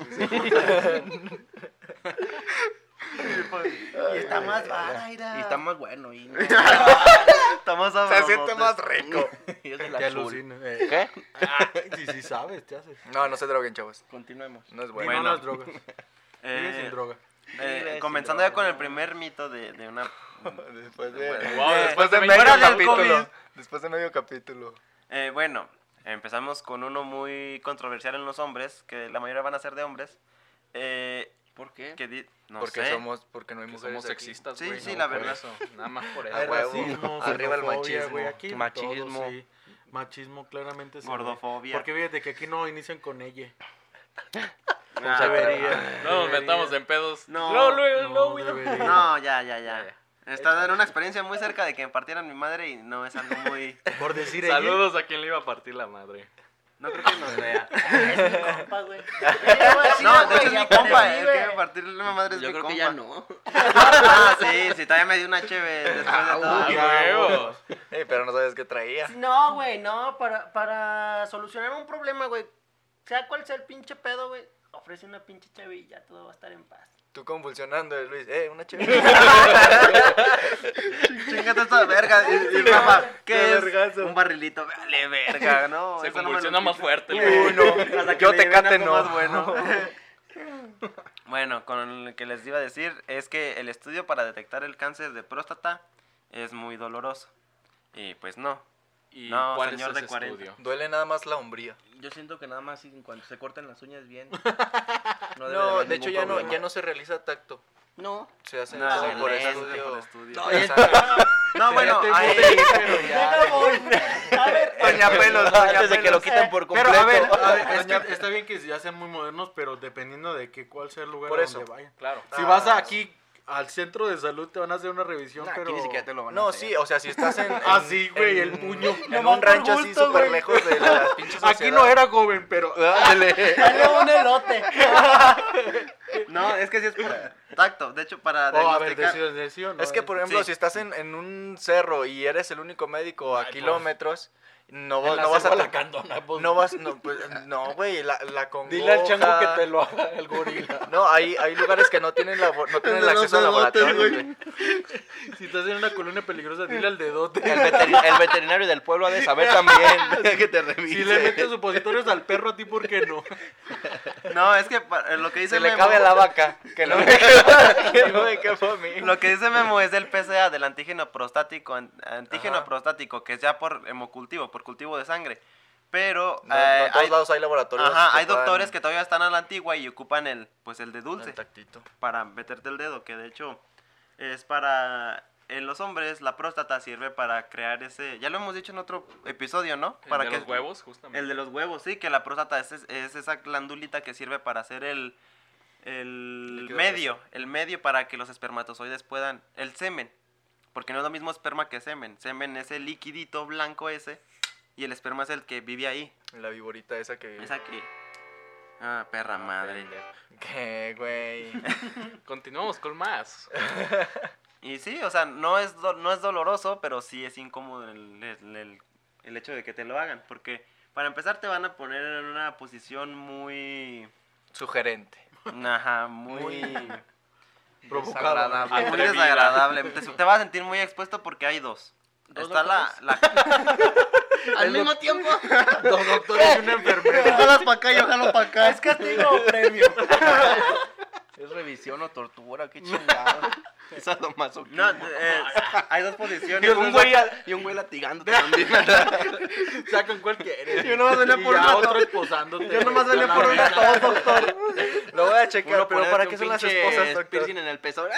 Y está más vara, mira. Y está más (laughs) bueno. Y no. Está más Se sabrosote. siente más pues. rico. Y es del Te azul. alucina. eh. (laughs) ¿Qué? Sí, sí sabes, te haces. No, no se droguen, chavos. Continuemos. No es Bueno. bueno. no (laughs) las drogas. Vive Eh, sin droga. eh, Vive sin comenzando droga. ya con el primer mito de, de una... Después de, Wow, después de después de medio fuera del capítulo. COVID. Después de medio capítulo. Eh, bueno, empezamos con uno muy controversial en los hombres, que la mayoría van a ser de hombres. Eh, ¿Por qué? que di- no porque sé. somos, porque no hay Que mujeres. somos aquí. sexistas, Sí, güey. sí, no, la por verdad. eso, Nada más por Ah, Hay eso. huevo. racismo, Arriba el xenofobia, machismo. güey, aquí Machismo. todo, sí. Machismo claramente se ve. Gordofobia. Porque fíjate que aquí no inician con ella. Ah, Debería. No nos metamos en pedos. No. no, luego, No, luego, güey. debería. (laughs) No, ya, ya, ya. Ya, He estado en una experiencia muy cerca de que me partieran mi madre y no es algo muy... Por decir ella. Saludos a quien le iba a partir la madre. No creo que nos vea. Es mi compa, Eh, güey. Eh, güey, sí, No, de güey, hecho es ya mi compa. aprendí, El güey. que me partió la madre es Yo mi creo compa. que ya no. Ah, sí, sí, todavía me dio una chévere después de todo. Ah, ya, huevo. (laughs) Ey, Eh, pero no sabes qué traía. No, güey, no, para, para solucionar un problema, güey, sea cual sea el pinche pedo, güey, ofrece una pinche chavilla, todo va a estar en paz. Tú convulsionando, eh, Luis. Eh, una chévere. Chingate esta verga. Y, y Rafa, Qué ¿qué es? vergazo. Un barrilito. Vale, verga, no. Se eso no me lo convulsiona más quito. fuerte, Uy, güey. no. Hasta que Yo me te lleven cate algo no. más bueno. Bueno, con lo que les iba a decir es que el estudio para detectar el cáncer de próstata es muy doloroso. Y pues no. ¿Y No, cuál señor es ese de 40. estudio? (laughs) Duele nada más la hombría. Yo siento que nada más en cuanto se corten las uñas (laughs) bien. No, debe haber de hecho ningún ya no, problema. ya no se realiza tacto. No. Se hace No, se hace se por realiza estudio. por estudio. O sea, No, bueno, ahí- Venga, voy. A ver, Doña Pelos, Doña Antes de que lo Pelos. quiten por Pero completo. a ver, a ver, es que está bien que ya sean muy modernos, pero dependiendo de que cuál sea el lugar Por a eso. donde vayan. Claro. Si Ah. vas aquí al centro de salud te van a hacer una revisión, Nah, aquí pero ni siquiera te lo van a No, hacer. sí, o sea, si estás (laughs) en. en- Ah, sí, güey, el en- puño. En Nomás un por rancho así gusto, súper güey. lejos de las pinches aquí no era joven, pero Ah, dale un elote. no, es que sí es por tacto. De hecho, para Oh, a ver, diagnosticar- decir, decir o no, Es que, por eh. ejemplo, Sí. si estás en, en un cerro y eres el único médico a Ay, pues, kilómetros, no, En vas- la no vas a. selva la te- candona, pues. No vas, no, pues, no, güey, la, la congoja. Dile al chango que te lo haga el gorila. No, hay, hay lugares que no tienen, labo- no tienen De los acceso a dedotes, laboratorios, güey. güey. si estás en una colonia peligrosa, dile al dedote. (laughs) (laughs) El, veteri- el veterinario del pueblo ha de saber (laughs) también que te revise. Si le metes supositorios al perro a ti, ¿por qué (laughs) no? No, es que pa- eh, lo que dice Se le Memo- cabe a la vaca, que no me quepa, que no me quepa a mí. Lo que dice Memo es el PSA del antígeno prostático, an- antígeno Ajá. prostático, que es ya por hemocultivo, por cultivo de sangre. Pero No, eh, no, en todos hay, lados hay laboratorios. ajá, que hay puedan- doctores que todavía están a la antigua y ocupan el, pues el de el dulce tactito. para meterte el dedo, que de hecho es para en los hombres la próstata sirve para crear ese, ya lo hemos dicho en otro episodio, ¿no? El Para de que los huevos, justamente. El de los huevos, sí, que la próstata es, es- es esa glandulita que sirve para hacer el, el Líquido medio, el medio para que los espermatozoides puedan, el semen, porque no es lo mismo esperma que semen, semen es el liquidito blanco ese y el esperma es el que vive ahí, La viborita esa que. esa que... Ah, perra madre. ¿Qué, güey? Continuamos con más. Y sí, o sea, no es, do- no es doloroso, pero sí es incómodo el, el- el- el hecho de que te lo hagan. Porque para empezar te van a poner en una posición muy... Sugerente. Ajá, muy... Provocado. ah, muy desagradable. Te, te vas a sentir muy expuesto porque hay dos. Está la, (laughs) la- Al mismo tiempo. Dos doctores y una enfermera. (laughs) Ojalá para acá y ojalá para acá. (laughs) Es castigo o premio. Es revisión o tortura, qué chingado. es sadomasoquismo. no, eh, hay dos posiciones. y un güey, al- y un güey latigándote también. Sacan cuál quieres. Yo nomás venía Y por ya una- otro esposándote. Yo nomás venía A la por verga. una tos, doctor. Lo voy a checar, Uno pero ponerte ¿para un qué son las pinche esposas, doctor? piercing en (laughs) el pezón.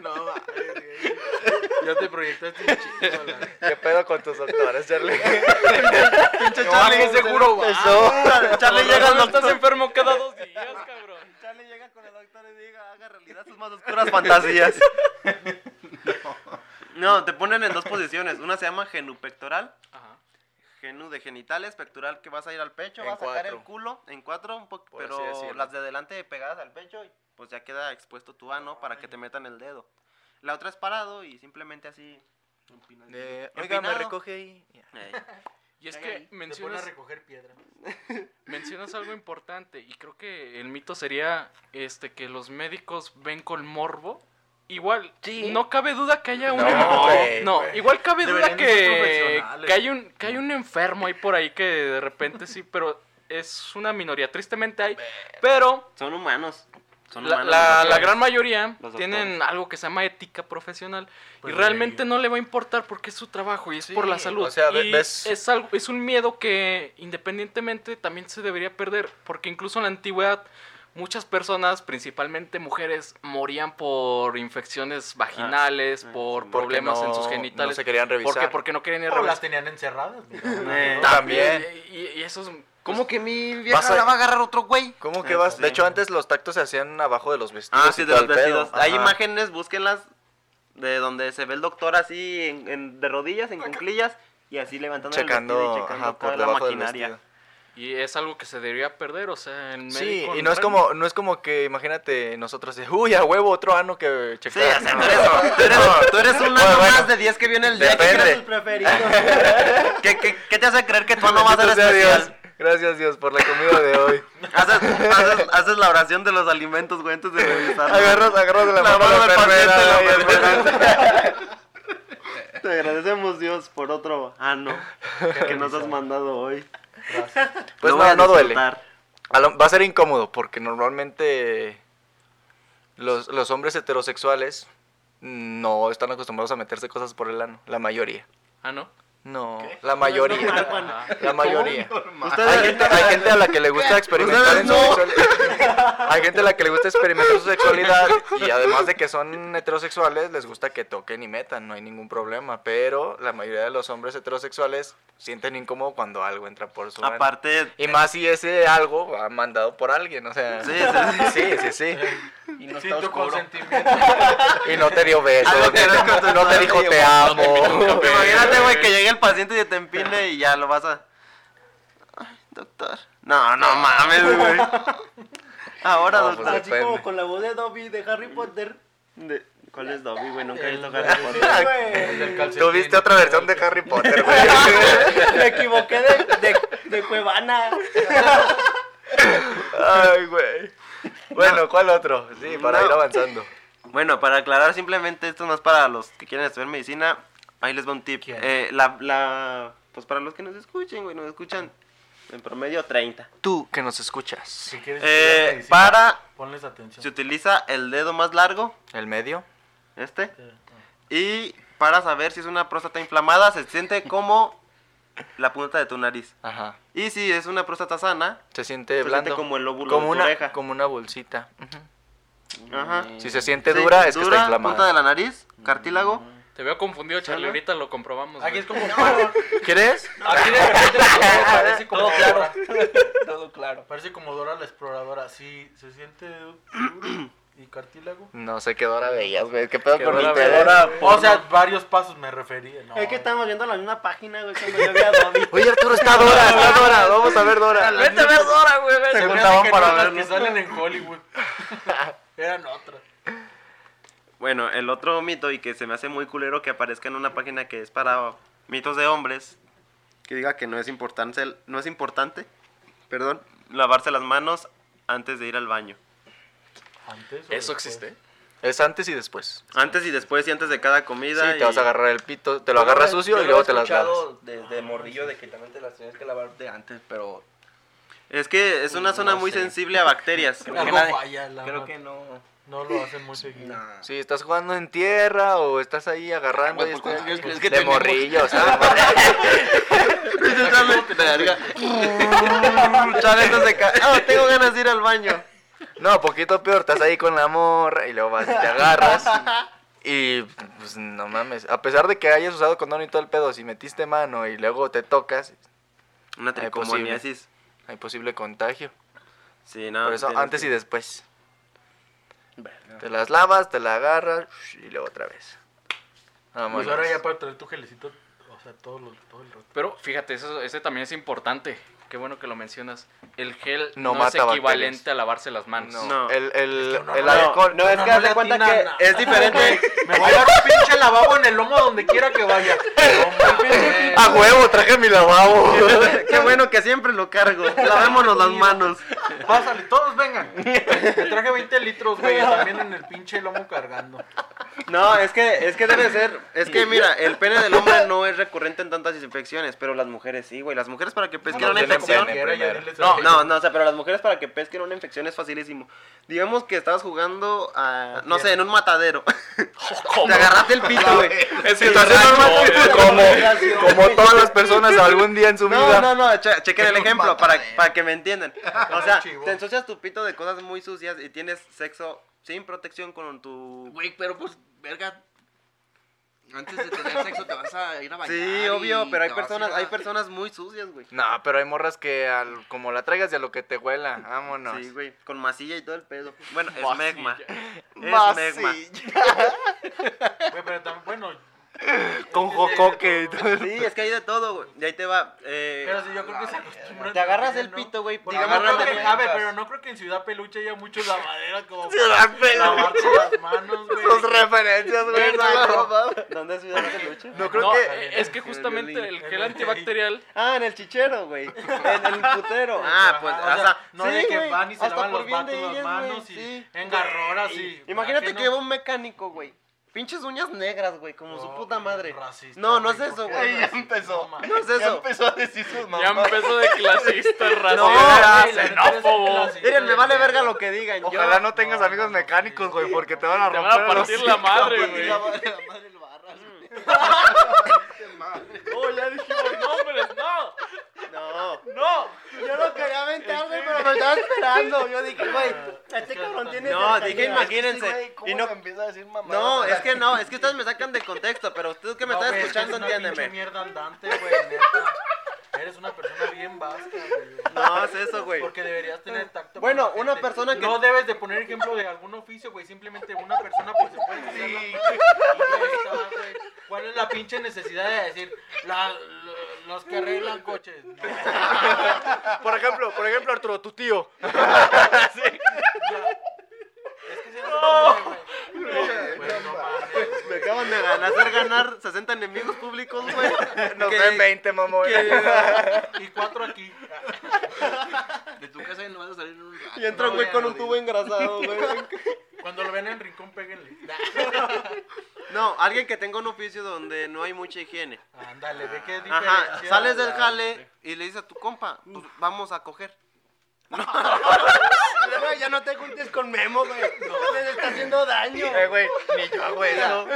No, mames, güey. Ya te proyectaste un chingo, la verga. ¿Qué pedo con tus doctores, Charlie? (laughs) Pinche No, Charlie, seguro, va. Ah, Charlie llega al no estás doctor. enfermo cada dos días, cabrón. Charlie llega con el doctor y diga, haga realidad sus más oscuras (laughs) fantasías. no, te ponen en dos posiciones. Una se llama genupectoral. Ajá. Genu de genitales, pectoral que vas a ir al pecho, En vas a sacar cuatro. el culo en cuatro, un po- Por así pero decirlo. las de adelante pegadas al pecho, y pues ya queda expuesto tu ano para que te metan el dedo. La otra es parado y simplemente así. De, Oiga, me Empinado. recoge ahí. (laughs) eh, Y es Caga ahí. que Te pone a mencionas, recoger piedra. mencionas algo importante y creo que el mito sería este que los médicos ven con morbo. Igual, Sí. no cabe duda que haya un No, enfermo- güey, no, güey. igual cabe Deberían duda de ser que, profesionales. que hay un que hay un enfermo ahí por ahí que de repente sí, pero es una minoría, tristemente hay, pero Son humanos. Son la, humanos. la- los la doctores. gran mayoría Los tienen algo que se llama ética profesional Pues y realmente debería. no le va a importar porque es su trabajo y es Sí, por la salud. o sea, ve- Y ves- es algo es un miedo que independientemente también se debería perder porque incluso en la antigüedad muchas personas, principalmente mujeres, morían por infecciones vaginales, sí, por sí, Ah, Porque problemas no- en sus genitales. No se querían revisar. ¿Por qué? Porque no querían ir O las revisar. tenían encerradas. mira. Eh, También. Y, y- y eso es ¿Cómo que mi Vas a- vieja la va a agarrar otro güey? ¿Cómo que Eh, vas? sí. De hecho, antes los tactos se hacían abajo de los vestidos. Ah, sí, y de todo los el pedo. vestidos. Hay Ajá. imágenes, búsquenlas, de donde se ve el doctor así, en- en- de rodillas, en cunclillas, y así levantando el checando, vestido y checando ajá, toda por la debajo del maquinaria. vestido. y es algo que se debería perder, o sea, el Sí, médico y no es enfermo. como no es como que imagínate nosotros de, uy, a huevo otro ano que Sí, checar. o sea, No. tú eres, tú eres- tú eres un Bueno, ano bueno. más de 10 que viene el día que Depende. creas Tus preferidos. ¿Qué, qué, qué te hace creer que tu ano va a ser Bendito sea Dios. especial? Gracias Dios por la comida (laughs) de hoy. Haces, haces, haces la oración de los alimentos, güey, antes de revisar. Agarras, agarras de la, mano a la del enfermera, paciente, güey, la enfermera. Te agradecemos, Dios, por otro ano que nos has mandado hoy. Lo Pues no, voy a no duele. disfrutar. A lo- va a ser incómodo porque normalmente los, los hombres heterosexuales no están acostumbrados a meterse cosas por el ano, la mayoría. Ah, no. No, la mayoría. normal, Juan. La mayoría. Hay Ustedes, gente, hay (laughs) gente a la que le gusta experimentar Ustedes en su no. sexualidad. Hay gente a la que le gusta experimentar su sexualidad y además de que son heterosexuales, les gusta que toquen y metan, no hay ningún problema, pero la mayoría de los hombres heterosexuales sienten incómodo cuando algo entra por su ano. aparte, Y más si ese algo va mandado por alguien, o sea. Sí, sí, sí. sí. Y no Sin está tu oscuro. (laughs) consentimiento. Y no te dio besos, Algo que no es no, te dijo te amo. imagínate, güey, que llegue el paciente y te empine y ya lo vas a. Ay, doctor. No, no mames, (laughs) güey. Ahora, No, pues, doctor. Así como depende. con la voz de Dobby de Harry (laughs) Potter. De- ¿Cuál es Dobby, güey? Nunca he visto Harry Potter. Ah, Güey, Del calcetín. Tú viste otra versión de Harry Potter, güey. Me equivoqué de, de, de Cuevana. Ay, güey. Bueno, ¿cuál otro? Sí, para No. ir avanzando. Bueno, para aclarar simplemente, esto no es para los que quieren estudiar medicina. Ahí les va un tip. ¿Quién? Eh, la, la, pues para los que nos escuchen, güey, nos escuchan en promedio 30. Tú que nos escuchas. Si quieres Eh, estudiar medicina, para- Ponles Se atención. utiliza el dedo más largo, ¿El medio? este, Eh, y para saber si es una próstata inflamada, se siente como la punta de tu nariz. Ajá. Y si es una próstata sana, Se siente se blando. siente como el lóbulo Como de tu una, oreja. Mm. como una bolsita. Ujú. Ajá. Si se siente dura, es que está punta de inflamada. la nariz, cartílago. Te veo confundido, Charlie. ¿Sale? Ahorita lo comprobamos. Aquí güey. es como. (laughs) (laughs) ¿Quieres? Aquí de repente todo parece como. Dora. (laughs) Todo claro. Parece como Dora la exploradora. Sí, se siente (clears throat) duro y cartílago. No sé qué Dora veías, güey. ¿Qué pedo Qué con Dora ustedes? veías. O pues sea, varios pasos me refería. No. Es que estamos viendo la misma página, güey, cuando yo vi a Dobby. Oye, Arturo, está (laughs) Dora, está Dora. Vamos a ver Dora. Vete a ver Dora, güey. Se vete. Según- me hace juntaban que para no, las verlo. que salen (laughs) en Hollywood. Eran otras. Bueno, el otro mito y que se me hace muy culero que aparezca en una página que es para mitos de hombres, que diga que no es importante, no es importante, perdón, lavarse las manos antes de ir al baño. Antes. o ¿Eso después? existe? Es antes y después. Antes y después y antes de cada Sí, comida. te vas a y- agarrar el pito, te lo agarras sucio y luego te las lavas. Desde morrillo de que también te las tenías que lavar de antes, pero Es que es una No zona muy sé. sensible a bacterias. (laughs) Algo nadie- falla, la creo verdad. que no. No lo hacen muy seguido. Si estás jugando en tierra o estás ahí agarrando Güey, y ¿por cuántos estás- años crees que de tenemos? morrillo, ¿sabes? (laughs) Chale, no se ca- Ah, (laughs) tengo ganas de ir al baño. No, poquito peor, estás ahí con la morra y luego vas y te agarras. Y pues no mames, a pesar de que hayas usado condón y todo el pedo, si metiste mano y luego te tocas, pues Una tricomoniasis. hay posible contagio. Sí, no. Por eso tienes antes que- y después. Te las lavas, te la agarras y luego otra vez. Vámonos. Pues ahora ya para traer tu gelecito, o sea, todo, lo- todo el rato. Pero fíjate, eso, ese también es importante. Qué bueno que lo mencionas. El gel no, No es mata equivalente bacterias. a lavarse las manos. No, No. el, el, Es que uno el no- alcohol. no, es que haz de cuenta que Es diferente. (laughs) Me voy a dar un pinche lavabo en el lomo donde quiera que (laughs) vaya. A Ah, huevo, traje mi lavabo. (laughs) Qué bueno que siempre lo (laughs) cargo. Lavémonos las manos. Pásale, todos vengan. Me traje 20 litros, güey, también en el pinche lomo (laughs) cargando. No, es que, es que debe ser. Es que mira, el pene del hombre no es recurrente en tantas infecciones, pero las mujeres sí, güey. Las mujeres para que pesquen No, una tiene infección. pene. No, no, no, o sea, pero las mujeres para que pesquen una infección es facilísimo. Digamos que estabas jugando a, no sé, en un (laughs) matadero. Te agarraste el pito, güey. Es que Situación normal. como, como todas las personas algún día en su No, vida. no, no, che- chequen el ejemplo para, para que me entiendan. O (laughs) sea, chivo. te ensucias tu pito de cosas muy sucias y tienes sexo sin protección con tu... Güey, pero pues, verga. Antes de tener sexo te vas a ir a bañar. Sí, y obvio, pero hay te vas a personas, ir a- hay personas muy sucias, güey. No, pero hay morras que al, como la traigas y a lo que te huela, vámonos. (laughs) Sí, güey, con masilla y todo el pedo. Bueno, es megma. Es megma. Masilla. Güey, pero también, bueno, Con jocoque y todo. Sí, es que hay de todo, güey. Y ahí te va. eh, pero si yo creo que se acostumbran. te agarras también, el ¿no? pito, güey. Porque digamos, no creo de- que- (laughs) a ver, pero no creo que en Ciudad Peluche haya muchos lavaderos como Ciudad para lavarse las (laughs) manos, güey. Sus referencias, güey. no, no. ¿Dónde es Ciudad de Lucha? No creo No, eh, que. es que justamente violín. el En gel el antibacterial Ah, en el chichero, (laughs) güey. En el putero. Ah, pues, o hasta. sea, no sí, de que güey, van y se hasta lavan por los bien de vatos las ellas, manos güey, y Ah, sí. engarroras y. Imagínate que no? Oh, lleva un mecánico, güey. Pinches uñas negras, güey, como su No, puta madre. racista, no, no es güey, eso, ¿por qué güey. eres? No, empezó. ma. No es Ya eso. empezó a decir sus ya mamás. empezó de clasista, No, racista, güey, la neta xenófobo. Miren, me vale verga lo que digan. yo- Ojalá no tengas no, amigos no, mecánicos, güey, porque te van a Te romper. van a los- partir la madre, Y güey. la madre, la madre lo barra. güey. Oh, ya dijimos nombres, no, No. no. Yo lo quería aventar, güey, pero me estaba esperando. Yo dije, güey, este cabrón tiene. No, cerca, dije, ya. Este imagínense. y no, empieza a decir mamá. no, es que no, es que ustedes me sacan de contexto, pero ustedes que me No, están güey, es que escuchando, eres una pinche entiéndeme. mierda andante, güey, neta. Eres una persona bien vasca, güey. No, es eso, güey. Porque deberías tener tacto. Bueno, con la una gente. persona que- No debes de poner ejemplo de algún oficio, güey. Simplemente una persona, pues se puede hacer la- y ya está, güey. ¿Cuál es la pinche necesidad de decir la- lo- los que arreglan coches? No, ya. (laughs) Por ejemplo, por ejemplo, Arturo, tu tío. Es que se nos ocurre, güey. Güey, Pues, no mames. (laughs) Me acaban de ganar, hacer ganar 60 enemigos públicos, güey. Nos Que- ven 20, mamón. Y cuatro aquí. De tu casa no vas a salir en un rato. Y entra un güey con un tubo engrasado, güey. Cuando lo ven en rincón, péguenle. (laughs) No, alguien que tenga un oficio donde no hay mucha higiene. Ándale, ve qué Ajá, diferencia. sales del jale y le dices a tu compa, pues vamos a coger. Luego ya no te juntes con Memo, güey. No, le está haciendo daño. Eh, güey, (laughs) ni yo hago eso.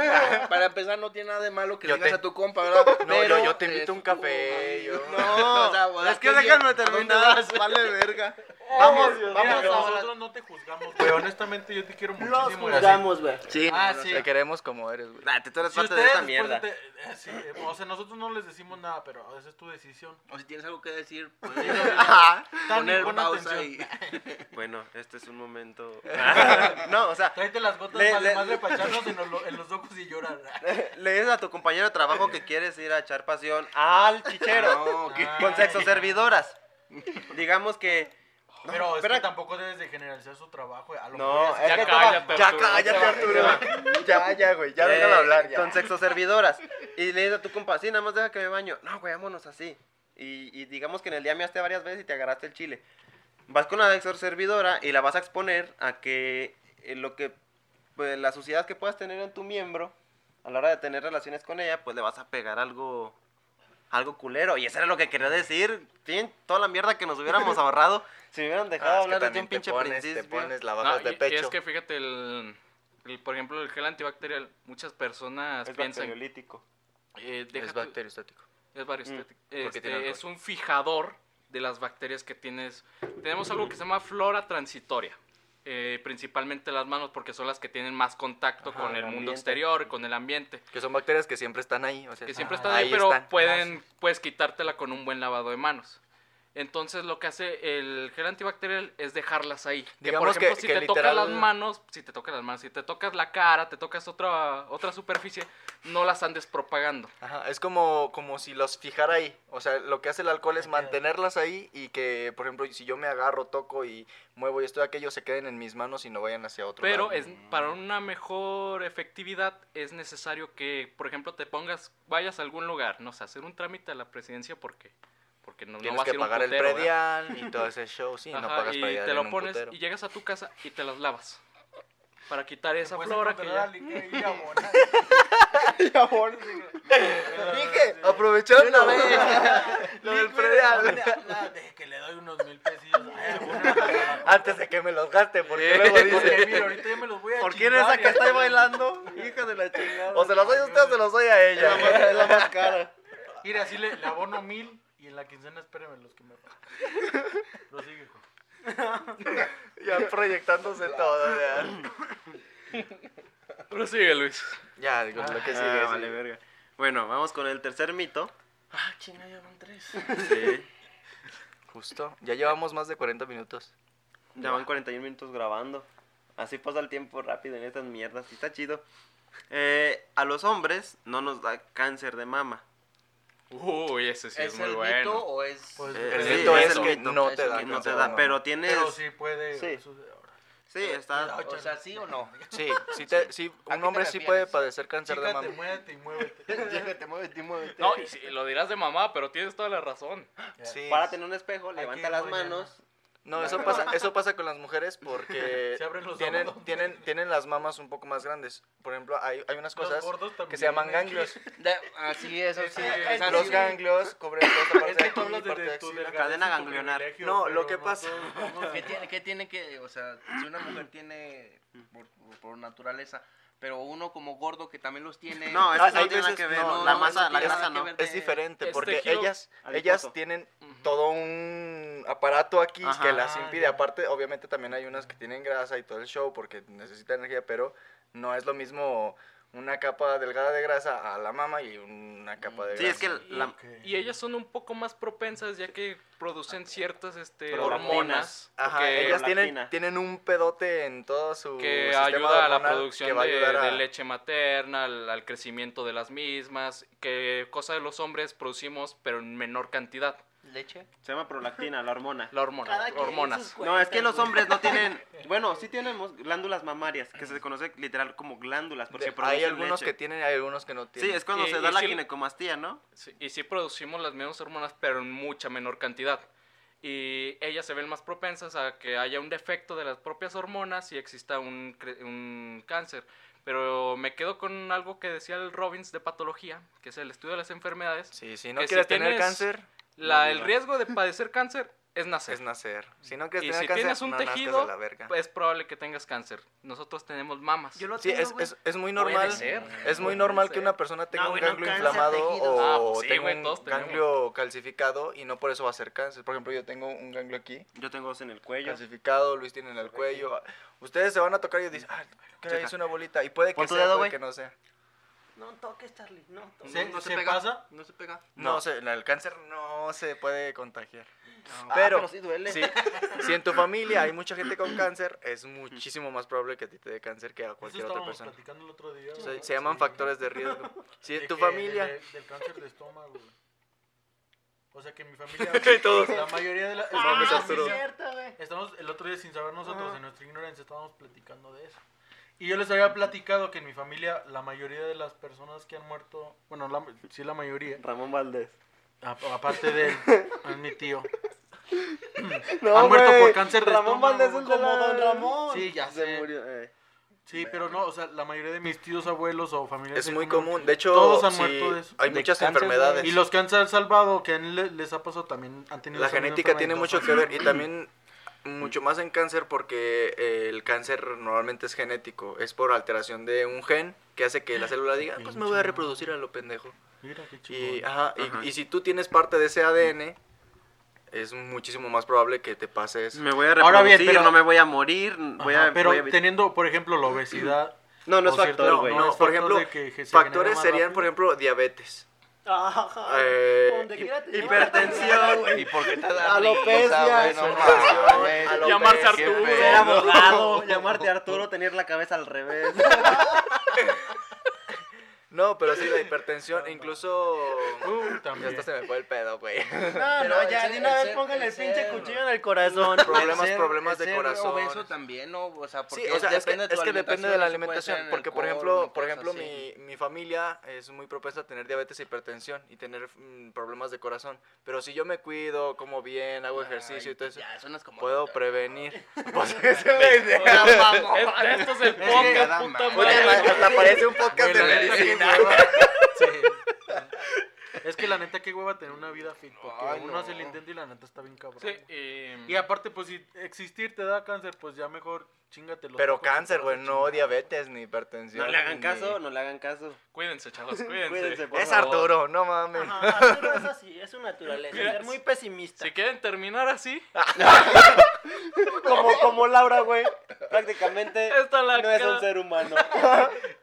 Para empezar, no tiene nada de malo que Yo le digas te- a tu compa, ¿verdad? (laughs) No, Pero yo, yo te invito es- a un café. yo- (laughs) No, O sea, o sea, es que ¿qué déjame bien? ¿A dónde terminar. vas? (laughs) Vale, verga. Vamos, Mira, vamos pero a hablar. nosotros no te juzgamos, güey. Honestamente, yo te quiero Los muchísimo. y así. juzgamos, güey. Sí, Ah, no, no, sí. no. Te queremos como eres, güey. Nah, Ah, tú eres Si parte de ustedes esta después mierda. de te- eh, sí, eh, o sea, nosotros no les decimos nada, pero esa es tu decisión. O si tienes algo que decir, (laughs) pues, Ajá. Tan poner pon pausa atención. y... Bueno, este es un (laughs) momento. no, o sea, (laughs) Tráete las gotas Le- para le- más de pacharnos en, los- en los ojos y llorar. le dices a tu compañero de trabajo que quieres ir a echar pasión al chichero. No, ok. Con sexo servidoras. Digamos que. No, (laughs) Pero es espera. que tampoco debes de generalizar su trabajo. güey. A lo No, mejor es- es que te va- cállate, Ya Arturo, cállate, Arturo. (laughs) Ya, ya, güey. (laughs) Ya Eh, déjalo hablar, ya. Con sexo servidoras. Y le dices a tu compa, sí, nada más deja que me baño. No, güey, vámonos así. Y, y digamos que en el día measte varias veces y te agarraste el chile. Vas con la sexo servidora y la vas a exponer a que eh, lo que pues, la suciedad que puedas tener en tu miembro a la hora de tener relaciones con ella, pues le vas a pegar algo algo culero. Y eso era lo que quería decir. Fin, toda la mierda que nos (laughs) hubiéramos ahorrado si me hubieran dejado Ah, es que hablar de ti también un pinche te pones, principio. te pones la No, bajas de y- y pecho. es que fíjate, el, el- por ejemplo, el gel antibacterial, muchas personas Es piensan... bacteriolítico. eh, deja Es tú- bacteriostático. es bacteriostático. Este, Mm, tiene alcohol. es un fijador de las bacterias que tienes. Tenemos algo que se llama flora transitoria. eh, principalmente las manos porque son las que tienen más contacto Ajá, con el el mundo ambiente. exterior, con el ambiente. Que son bacterias que siempre están ahí. O sea, que siempre ah, están ahí, pero pueden pues quitártela con un buen lavado de manos. Entonces lo que hace el gel antibacterial es dejarlas ahí. Que, por Digamos que- ejemplo, si que te literal- tocas las manos, si te tocas las manos, si te tocas la cara, te tocas otra otra superficie, no las andes propagando. Ajá, es como, como si los fijara ahí. O sea, lo que hace el alcohol es mantenerlas ahí y que, por ejemplo, si yo me agarro, toco y muevo y esto y aquello, se queden en mis manos y no vayan hacia otro Pero lado. es, para una mejor efectividad es necesario que, por ejemplo, te pongas, vayas a algún lugar, no sé, hacer un trámite a la presidencia porque, porque no, no Tienes vas a que ir a un pagar putero, el ¿verdad? predial (laughs) y todo ese show. Sí, no Ajá, pagas y predial te en lo un pones putero. y llegas a tu casa y te las lavas. Para quitar esa Puedes flora que encontrar ya- a Pues (laughs) Lidia Bona. (laughs) (laughs) Dije, aprovechando (laughs) lo del predial. De que le doy unos mil pesillos. Ay, alguna para- Ah, Antes de que me los gaste, porque luego Porque, dice. mira, ahorita ya me los voy a ¿Por quién es chingar, esa que ya. está bailando? (laughs) Hija de la chingada. O se los doy a usted o se los doy a Es la (laughs) más- ella. es la más cara. Mira, así le, le abono mil y en la quincena espéreme los que me pagan. Prosigue, hijo. Ya proyectándose todo. ya. Pero sigue, Luis. Ya, digo, lo (laughs) que sigue. Ah, sí. vale, verga. Bueno, vamos con el tercer (laughs) mito. Ah, chinga, ya van tres. Sí. Justo. Ya llevamos más de 40 minutos. Ya van 41 minutos grabando. Así pasa el tiempo rápido en estas mierdas. Y está chido. Eh, a los hombres no nos da cáncer de mama. Uy, ese sí es, ¿Es muy el bueno. mito o es...? Pues, Eh, El sí, mito es es el que mito, no es te el da. Que que no te cáncer, da. no. Pero tienes. Pero sí puede. Sí. eso de ahora. Sí, está. O sea, ¿sí (laughs) o no? Sí, sí, te- sí, ¿A qué un te hombre sí refieres? puede padecer cáncer de Chícate, mama. muévete y muévete. (laughs) Llégate, muévete, muévete. No, y sí, lo dirás de mamá, pero tienes toda la razón. Sí. Párate en un espejo, Aquí levanta las voy, Ana. manos. No, eso pasa, eso pasa con las mujeres porque Se abren los tienen, abandonos. tienen, tienen las mamas un poco más grandes. Por ejemplo, hay, hay unas Los cosas gordos que también, se llaman ¿eh? (laughs) ganglios. (laughs) De- así es, así Es que- Ah, es. así Los es. ganglios cubren toda esta parte Es que de tú aquí y hablas de, parte de tu axila. delgadez cadena y tu ganglionar. privilegio, No, lo pero que pasa- (laughs) todos- no ¿Qué todos- tiene, ¿Qué tiene que...? O sea, si una mujer tiene por, por naturaleza, pero uno como gordo que también los tiene... No, eso Ah, no hay tiene nada veces- que ver. no, la no, masa, eso la tiene grasa nada no. que ver. Es diferente Es porque tejido ellas, adiposo. ellas tienen todo un aparato aquí Ajá. que las impide. Ah, ya. Aparte, obviamente también hay unas que tienen grasa y todo el show porque necesitan energía, pero no es lo mismo una capa delgada de grasa a la mama y una capa de Sí, grasa. es que la- Ok. Y ellas son un poco más propensas ya que producen ciertas este, Prolactinas. hormonas. Ajá, que, ellas tienen, prolactina. tienen un pedote en todo su que sistema ayuda a la hormonal que producción va a de, ayudar a- de leche materna, al, al crecimiento de las mismas. Que cosa de los hombres producimos, pero en menor cantidad. ¿Leche? Se llama prolactina, la hormona. La hormona. Cada quien sus hormonas. cuentas, No, es que los güey. hombres no tienen. (laughs) Bueno, sí tenemos glándulas mamarias, que se conoce literal como glándulas, porque de- producen hay algunos leche. que tienen y hay algunos que no Sí, tienen. es cuando Y- Eh, se y da la sí- ginecomastía, ¿no? Sí, y sí producimos las mismas hormonas, pero en mucha menor cantidad. Y ellas se ven más propensas a que haya un defecto de las propias hormonas y exista un, cre- un cáncer. Pero me quedo con algo que decía el Robbins de patología, que es el estudio de las enfermedades. Sí, si no que si quieres tener tienes- cáncer, La, No el digas. riesgo de padecer cáncer es nacer. es nacer. Si no quieres y tener si cáncer, tienes un no nazcas tejido, pues, a la verga. es probable que tengas cáncer. Nosotros tenemos mamas. Yo lo Sí, tengo, es, güey. es, es muy Puede normal. ser. Es muy Puede normal ser. que una persona tenga No, un güey, no, ganglio cáncer, inflamado tejidos. o Ah, sí, tenga güey, un todos tenemos. ganglio calcificado y no por eso va a ser cáncer. Por ejemplo, yo tengo un ganglio aquí Yo tengo dos en el cuello. calcificado, Luis tiene en el cuello. Ustedes se van a tocar y dicen, ah, caray, es una bolita. Y puede que Pon tu sea, dedo, puede güey. que no sea. No toques, Charlie, no toques. ¿Se, se pasa? No se pega. No, sé, el cáncer no se puede contagiar. Pero, sí duele. si, si en tu familia hay mucha gente con cáncer, es muchísimo más probable que a ti te dé cáncer que a Eso cualquier otra estábamos persona. platicando el otro día. Se, güey. se llaman Sí. factores de riesgo. Si De en tu que- de- familia... de- del cáncer de estómago, güey. O sea que (laughs) mi familia. Todos. La mayoría de la. Ah, mames, sí Arturo. es cierto, güey. Estamos el otro día sin saber nosotros, Ajá. en nuestra ignorancia, estábamos platicando de eso. Y yo les había platicado que en mi familia la mayoría de las personas que han muerto, bueno, la, sí la mayoría, Ramón Valdés. a- (laughs) aparte de él, es mi tío. (laughs) No, Han muerto güey, por cáncer de Ramón estómago, Valdés es güey. el de Como la- Don Ramón. Sí, ya Se sé. murió, eh. Sí, pero no, o sea, la mayoría de mis tíos, abuelos o familiares Es que muy han- común. De hecho, Todos han sí, muerto de eso. hay De muchas cáncer, güey. enfermedades. Y los que han sal- salvado, que han- le- les ha pasado también, han tenido... La esa misma genética tiene enfermedad, mucho o que sea, ver y (clears throat) también mucho más en cáncer porque eh, el cáncer normalmente es genético, es por alteración de un gen que hace que la célula diga, "Ah, pues me voy a reproducir a lo pendejo. Mira, qué chido. Y, ah, ajá, y- Ajá. Mm. y si tú tienes parte de ese ADN, es muchísimo más probable que te pase eso. Me voy a reproducir, Ahora bien, pero- no me voy a morir. Voy a, pero voy a- teniendo, por ejemplo, la obesidad... No, no es por cierto, factor, güey. no, No, es por factor ejemplo, de que- que se genera factores más serían, rápido. por ejemplo, diabetes. Ajá. Eh, Donde quiera te lleva la (laughs) Hipertensión, verga, güey. por (laughs) qué te da Alopecia, risa, güey? No mames. Llamarse qué Arturo. pedo. Ser abogado, llamarte Arturo, tener la cabeza al revés. No, pero sí, la hipertensión, incluso... (laughs) Ya también. hasta se me fue el pedo, güey. No, no, Pero ya, el de ser- una el vez ser- póngale el el pinche ser- cuchillo en el corazón. (laughs) Problemas, El ser- problemas de el ser corazón. obeso también, ¿no? O sea, porque sí, o sea, es que, depende de tu es que depende de la alimentación. no se puede Porque, por tener ejemplo, alcohol, por cosas ejemplo así. mi, mi familia es muy propensa a tener diabetes e hipertensión y tener mm, problemas de corazón. Pero si yo me cuido, como bien, hago ejercicio y todo eso, Ya, suenas como... puedo (laughs) prevenir. (laughs) Pues, Es- esto es el que podcast, nada puta más. madre. parece un podcast de Güey, la neta, qué medicina. hueva. Sí. Es que la neta, qué hueva tener una vida fit. Porque Ay, uno no. hace el intento y la neta está bien cabrón. Sí, güey. y- mm, Y aparte, pues si existir te da cáncer, pues ya mejor chingate los Pero tacos que cáncer, te vas a güey, no chingar. diabetes ni hipertensión. No le hagan ni- caso, no le hagan (laughs) caso. cuídense, chavos, cuídense. Cuídense, por Es favor. Arturo, no mames. Ajá, Arturo es así, es su naturaleza. Mira, Ser muy pesimista. Si quieren terminar así, Como, como Laura, güey. Prácticamente Esta es la no es cara. un ser humano.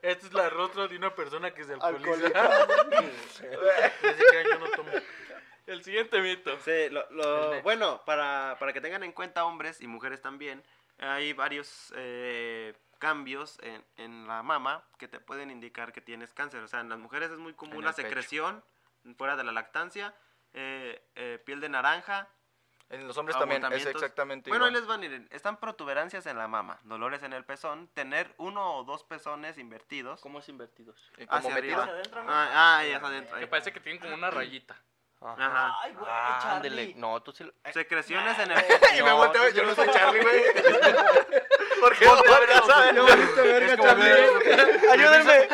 Este es el rostro de una persona que se alcoholiza. Alcohólica. (laughs) Así que yo no tomo. el siguiente mito. Sí, lo- (laughs) lo- El next. bueno, para, para que tengan en cuenta hombres y mujeres también, hay varios eh, cambios en, en la mama que te pueden indicar que tienes cáncer. O sea, en las mujeres es muy común En la el pecho. secreción fuera de la lactancia, eh, eh, piel de naranja. En los hombres también es Abultamientos. exactamente Bueno, ahí igual. les van, miren, están protuberancias en la mama, dolores en el pezón, tener uno o dos pezones invertidos. ¿Cómo es invertidos? Y como hacia arriba. metido. Hacia adentro, ¿no? Ah, ah, ya está adentro. ahí. Que parece que tienen como una rayita. Ajá. Ay, güey, Ah, Charlie. ándele. No, tú sí... lo- Secreciones en el... Ah. (laughs) Y me volteo, yo no soy Charlie, (laughs) güey. Porque no saben. Es como ver- Ayúdenme.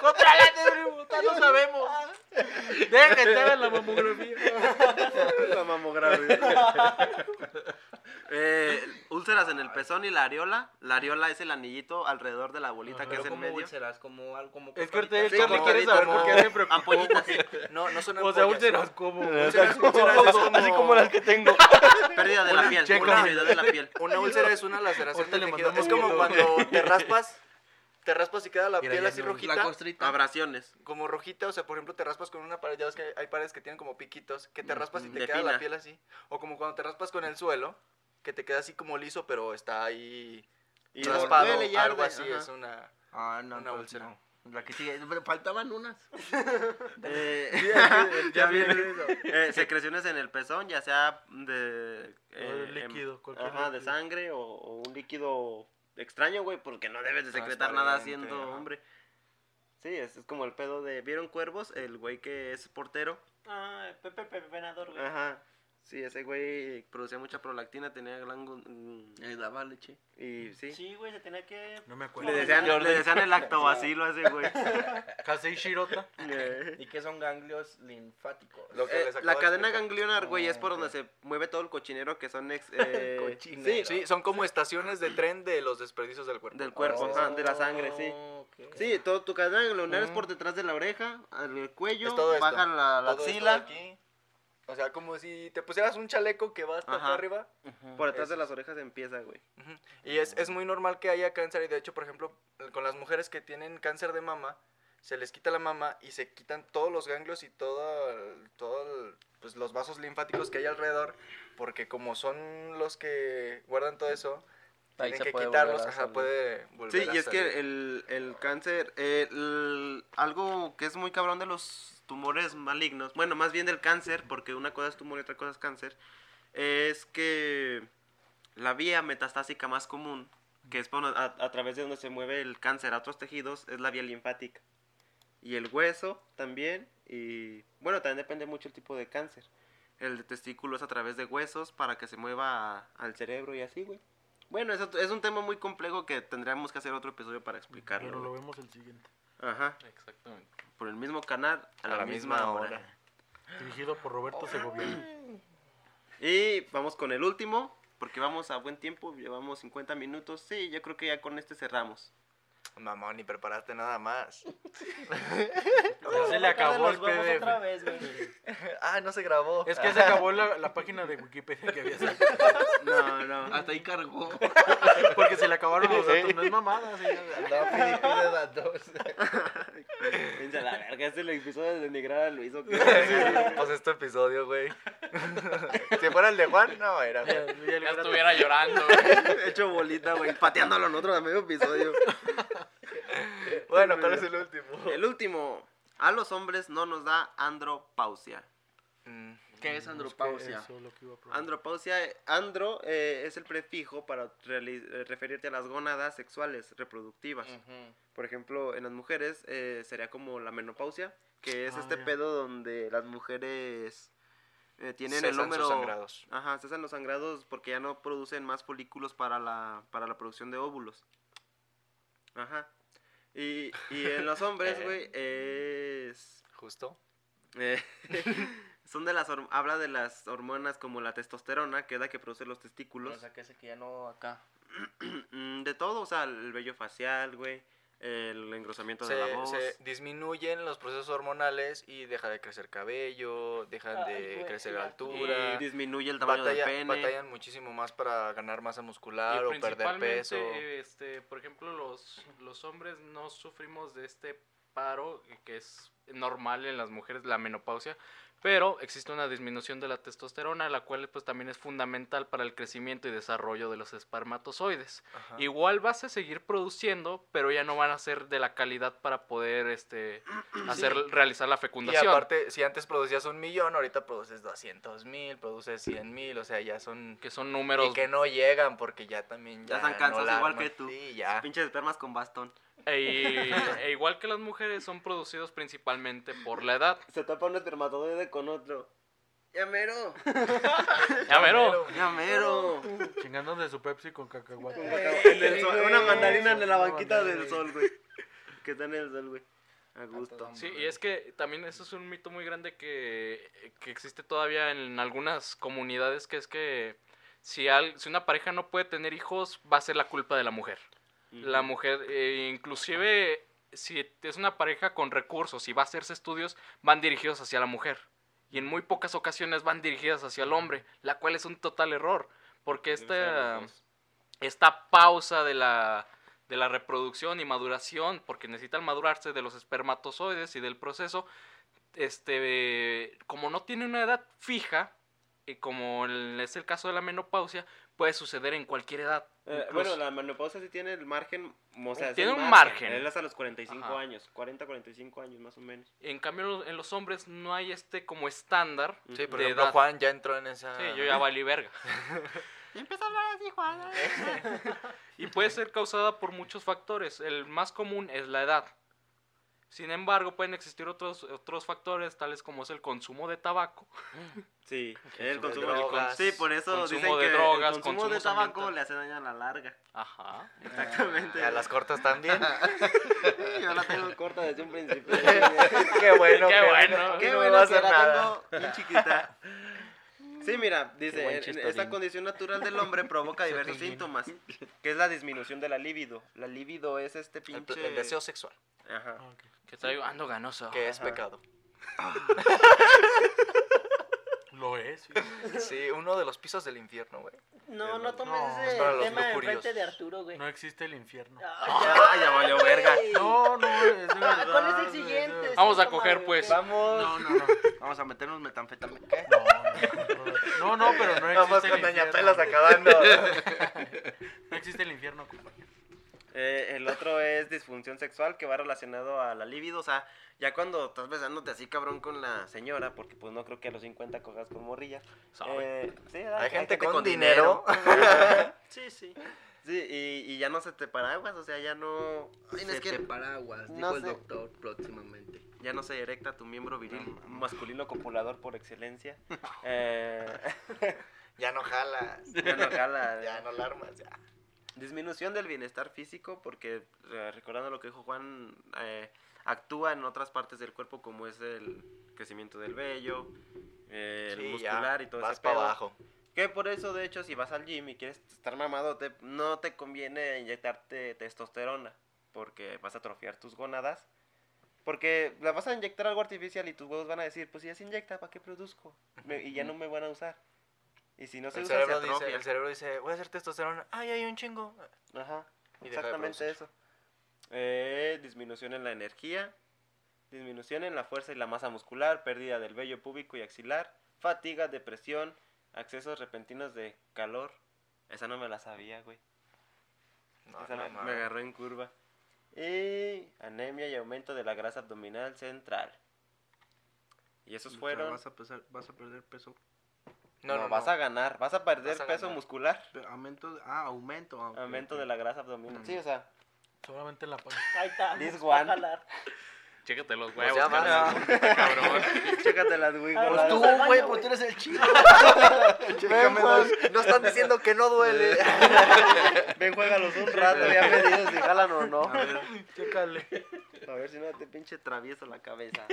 Contra la tributaria, no sabemos. Déjenme ver la mamografía. La mamografía. Eh, úlceras en el pezón y la areola. La areola es el anillito alrededor de la bolita que Pero es en ¿cómo medio. úlceras? Como algo... Como Es que ahorita el Sí, Charlie como- quiere saber por qué me (laughs) preocupó. Ampollitas. No, no son O sea, ampollas. úlceras como. Úlceras- úlceras es (laughs) como- que tengo. Pérdida de la piel. Checa. Pérdida de la piel. Una úlcera es una laceración Ahorita del le tejido. mandamos Es como un cuando te raspas, te raspas y queda la Mira, piel ya así no- rojita. La costrita. Abrasiones. Como rojita, o sea, por ejemplo, te raspas con una pared, ya ves que hay paredes que tienen como piquitos, que te raspas y te de queda fina. la piel así. O como cuando te raspas con el suelo, que te queda así como liso, pero está ahí Y raspado, duele y algo arde, así, ajá. es una... Ah, no, Una entonces úlcera. no. La que sigue. Pero faltaban unas. Eh, ya viene. (laughs) Eh, secreciones en el pezón, ya sea de. eh, em- líquido, cualquier Ajá, de líquido. sangre o, o un líquido extraño, güey, porque no debes de secretar nada Transparente, siendo ajá. hombre. Sí, es, es como el pedo de. ¿Vieron cuervos? El güey que es portero. Ah, Pepe Pepe Venador, güey. Ajá. Sí, ese güey producía mucha prolactina, tenía gran... gon- mm, Eh, daba leche. Y sí. Sí, güey, se tenía que. No me acuerdo. Le decían, le decían el lactobacilo a ese (laughs) güey. Kasei Shirota. Eh, ¿Y qué son ganglios linfáticos? Lo que les acabo la de cadena explicar. ganglionar, güey, es por donde se mueve todo el cochinero que son (laughs) ex, eh, Cochinero. sí, Sí, son como estaciones de tren de los desperdicios del sí, cuerpo. del cuerpo, ajá, de la sangre, sí. Oh. Ok. Sí, todo, tu cadena ganglionar es por detrás de la oreja, al cuello, Mm. Es todo esto. baja la, la Todo esto de axila, aquí. O sea, como si te pusieras un chaleco que va hasta Ajá. acá arriba. por detrás de las orejas empieza, güey. Ujú. Y es, es muy normal que haya cáncer. Y de hecho, por ejemplo, con las mujeres que tienen cáncer de mama, se les quita la mama y se quitan todos los ganglios y todo, el- todo el- pues, los vasos linfáticos que hay alrededor. Porque como son los que guardan todo eso, Ahí tienen se que puede quitarlos. volver a Ajá, salir. puede volver Sí, a y es salir. que el, el cáncer, eh, el- algo que es muy cabrón de los tumores malignos, bueno, más bien del cáncer, porque una cosa es tumor y otra cosa es cáncer, es que la vía metastásica más común, que es por donde- a, a través de donde se mueve el cáncer a otros tejidos, es la vía linfática. Y el hueso también, y bueno, también depende mucho el tipo de cáncer. El de testículo es a través de huesos para que se mueva a- al cerebro y así, güey. Bueno, es, otro- es un tema muy complejo que tendríamos que hacer otro episodio para explicarlo. Pero lo güey. vemos el siguiente. Ajá, Exactamente. por el mismo canal, a, la, misma, hora. Dirigido por Roberto Segovia. Y vamos con el último, porque vamos a buen tiempo, llevamos 50 minutos. Sí, yo creo que ya con este cerramos. eh, Mamón, ni preparaste nada más. (laughs) Ya se le acabó el otra PDF. vez, güey. ah, no se grabó. Es (laughs) que (laughs) se acabó la, la página de Wikipedia que había sacado. No, no. Hasta ahí cargó. Porque se le acabaron los datos. No es mamada, señor. Andaba pidi, pidi de datos. Piensa la verga, este le empezó a denigrar a Luis. ¿o qué? (laughs) pues este episodio, güey. (laughs) si fuera el de Juan, no, era. Ya, güey. ya le Ya hubiera- estuviera llorando. (laughs) güey. Hecho bolita, güey, pateándolo en otro a medio (laughs) episodio. Bueno, ¿cuál es el último? El último. A los hombres no nos da andropausia. Mm, ¿Qué es andropausia? Eso es lo que iba a probar. Andropausia, andro eh, es el prefijo para reali- eh, referirte a las gónadas sexuales reproductivas. Ujú. Por ejemplo, en las mujeres eh, sería como la menopausia, que es Ah, este ya. pedo donde las mujeres eh, tienen el cesan sus número... sangrados. Ajá, cesan los sangrados porque ya no producen más folículos para la, para la producción de óvulos. Ajá. Y, y en los (laughs) hombres, Eh. güey, es... Justo. Eh, (laughs) son de las horm- habla de las hormonas como la testosterona, que es la que produce los testículos. O sea, que ese que ya no Oh, acá. (clears throat) Mm, de todo, o sea, el vello facial, güey, el engrosamiento de la Se, voz. se disminuyen los procesos hormonales y deja de crecer cabello, dejan Ay, de güey, crecer la- altura. Y disminuye el tamaño del batalla- pene. batallan muchísimo más para ganar masa Y muscular o perder principalmente, peso. este, por ejemplo, los, los hombres no sufrimos de este paro que es normal en las mujeres, la menopausia, pero existe una disminución de la testosterona, la cual pues también es fundamental para el crecimiento y desarrollo de los espermatozoides. Ajá. Igual vas a seguir produciendo, pero ya no van a ser de la calidad para (clears throat) poder este hacer realizar la Y fecundación. aparte, si antes producías un millón, ahorita produces 200 mil, produces 100 mil, o sea, ya son... que son Y números que no llegan porque ya también... Ya Ya, están cansados no la igual arman. que tú. Sí, ya. Pinches espermas con bastón. e, e igual que las mujeres son producidos principalmente por (laughs) la edad. Se tapa un espermatozoide con otro. Llamero. Ya mero. Llamero. Chingando de su Pepsi con cacahuate. En el sol, una mandarina en la Una banquita del mandarina. sol, güey. Que está en el sol, güey. A gusto. Sí, y es que también eso es un mito muy grande que, que existe todavía en algunas comunidades, que es que si, al- si una pareja no puede tener hijos, va a ser la culpa de la mujer. La mujer, eh, inclusive si es una pareja con recursos y va a hacerse estudios, van dirigidos hacia la mujer. Y en muy pocas ocasiones van dirigidas hacia el hombre, la cual es un total error. Porque esta, esta pausa de la, de la reproducción y maduración, porque necesitan madurarse de los espermatozoides y del proceso, este, como no tiene una edad fija, y como el- es el caso de la menopausia, puede suceder en cualquier edad. Eh, incluso. bueno, la menopausia sí tiene el margen, o sea, es Tiene el un margen. Es hasta los 45 Ajá. años, 40, 45 años más o menos. En cambio, en los hombres no hay este como estándar. Sí, por de ejemplo, edad. Juan ya entró en esa... Sí, yo ya valí verga. (laughs) y puede ser causada por muchos factores. El más común es la edad. Sin embargo, pueden existir otros, otros factores, tales como es el consumo de tabaco. Sí, el consumo de de drogas. Sí, por eso Consumo dicen de que drogas, Ah. el consumo de consumos tabaco ambientales. le hace daño a la larga. Ajá. Exactamente. Y a las cortas también. (laughs) Yo la tengo corta desde un principio. qué bueno, Qué que- bueno. que Qué no me bueno va a que hacer la nada. tengo bien chiquita. Sí, mira, Qué buen dice, "Er, chistorín. esta condición natural del hombre provoca diversos síntomas, que es la disminución de la libido. La libido es este El, pinche... el deseo sexual, Ajá. Ah, ok. Que traigo, ando ganoso. que es Ajá. pecado. Lo es. fíjate. Sí, uno de los pisos del infierno, güey. No, no tomes No, ese es para los tema de lujurios. frente de Arturo, güey. No existe el infierno. Ah, ya valió verga. No, no, es de Ah, verdad. ¿Cuál es el güey, de siguiente? verdad. Vamos a síntoma, coger, güey? pues. Vamos. No, (laughs) no, no. Vamos a meternos metanfetamina. ¿Qué? No, no, no, no, pero no existe Vamos el con Doña infierno. Pelas acabando. No existe el infierno, compañero. Eh, el otro es disfunción sexual que va relacionado a la libido. O sea, ya cuando estás besándote así cabrón con la señora, porque pues no creo que a los 50 cojas con morrillas. Sabe. Eh, sí, hay, Hay hay gente con dinero. Sí, sí. Sí, y, y ya no se te paraguas, o sea, ya no. Tienes Se que. te paraguas, No dijo el sé. doctor próximamente. Ya no se erecta tu miembro viril, No, mames. masculino copulador por (laughs) excelencia. Eh, Ya no jalas. (laughs) ya no jala. Ya no la armas. Ya. Disminución del bienestar físico, porque eh, recordando lo que dijo Juan, eh, actúa en otras partes del cuerpo, como es el crecimiento del vello, eh, el Sí, muscular y ya, todo Vas ese para pedo. abajo. Que por eso, de hecho, si vas al gym y quieres estar mamado, te- no te conviene inyectarte testosterona, porque vas a atrofiar tus gonadas. Porque la vas a inyectar algo artificial y tus huevos van a decir, pues si ya se inyecta, ¿para qué produzco? Me- y ya no me van a usar. Y si no se El usa, se cerebro, dice, atrofia. el cerebro dice, voy a hacer testosterona. Ay, hay un chingo. Ajá, Y deja de exactamente producir. eso. Eh, disminución en la energía, disminución en la fuerza y la masa muscular, pérdida del vello púbico y axilar, fatiga, depresión, accesos repentinos de calor. Esa no me la sabía, güey. No, Esa no, me, no. me agarró en curva. Y anemia y aumento de la grasa abdominal central. Y Pues esos fueron... Vas a, pesar- vas a perder peso. No, no, vas no. a ganar, vas a perder Vas a peso ganar. muscular. Pero Aumento, ah, aumento. ah, ok, Aumento ok. de la grasa abdominal. Sí, o sea, Solamente en la paz. Ahí está. This va a one. jalar. Chécate los Pues ya huevos, carnal. cabrón. (laughs) chécate las güey. Ah, gordas. tú, güey, pues tú eres el chido. Ven, Juan, No están diciendo que no duele. Ven, juégalos un rato, ya me dices si jalan o no. A ver, Chécale. si no te pinche travieso la cabeza.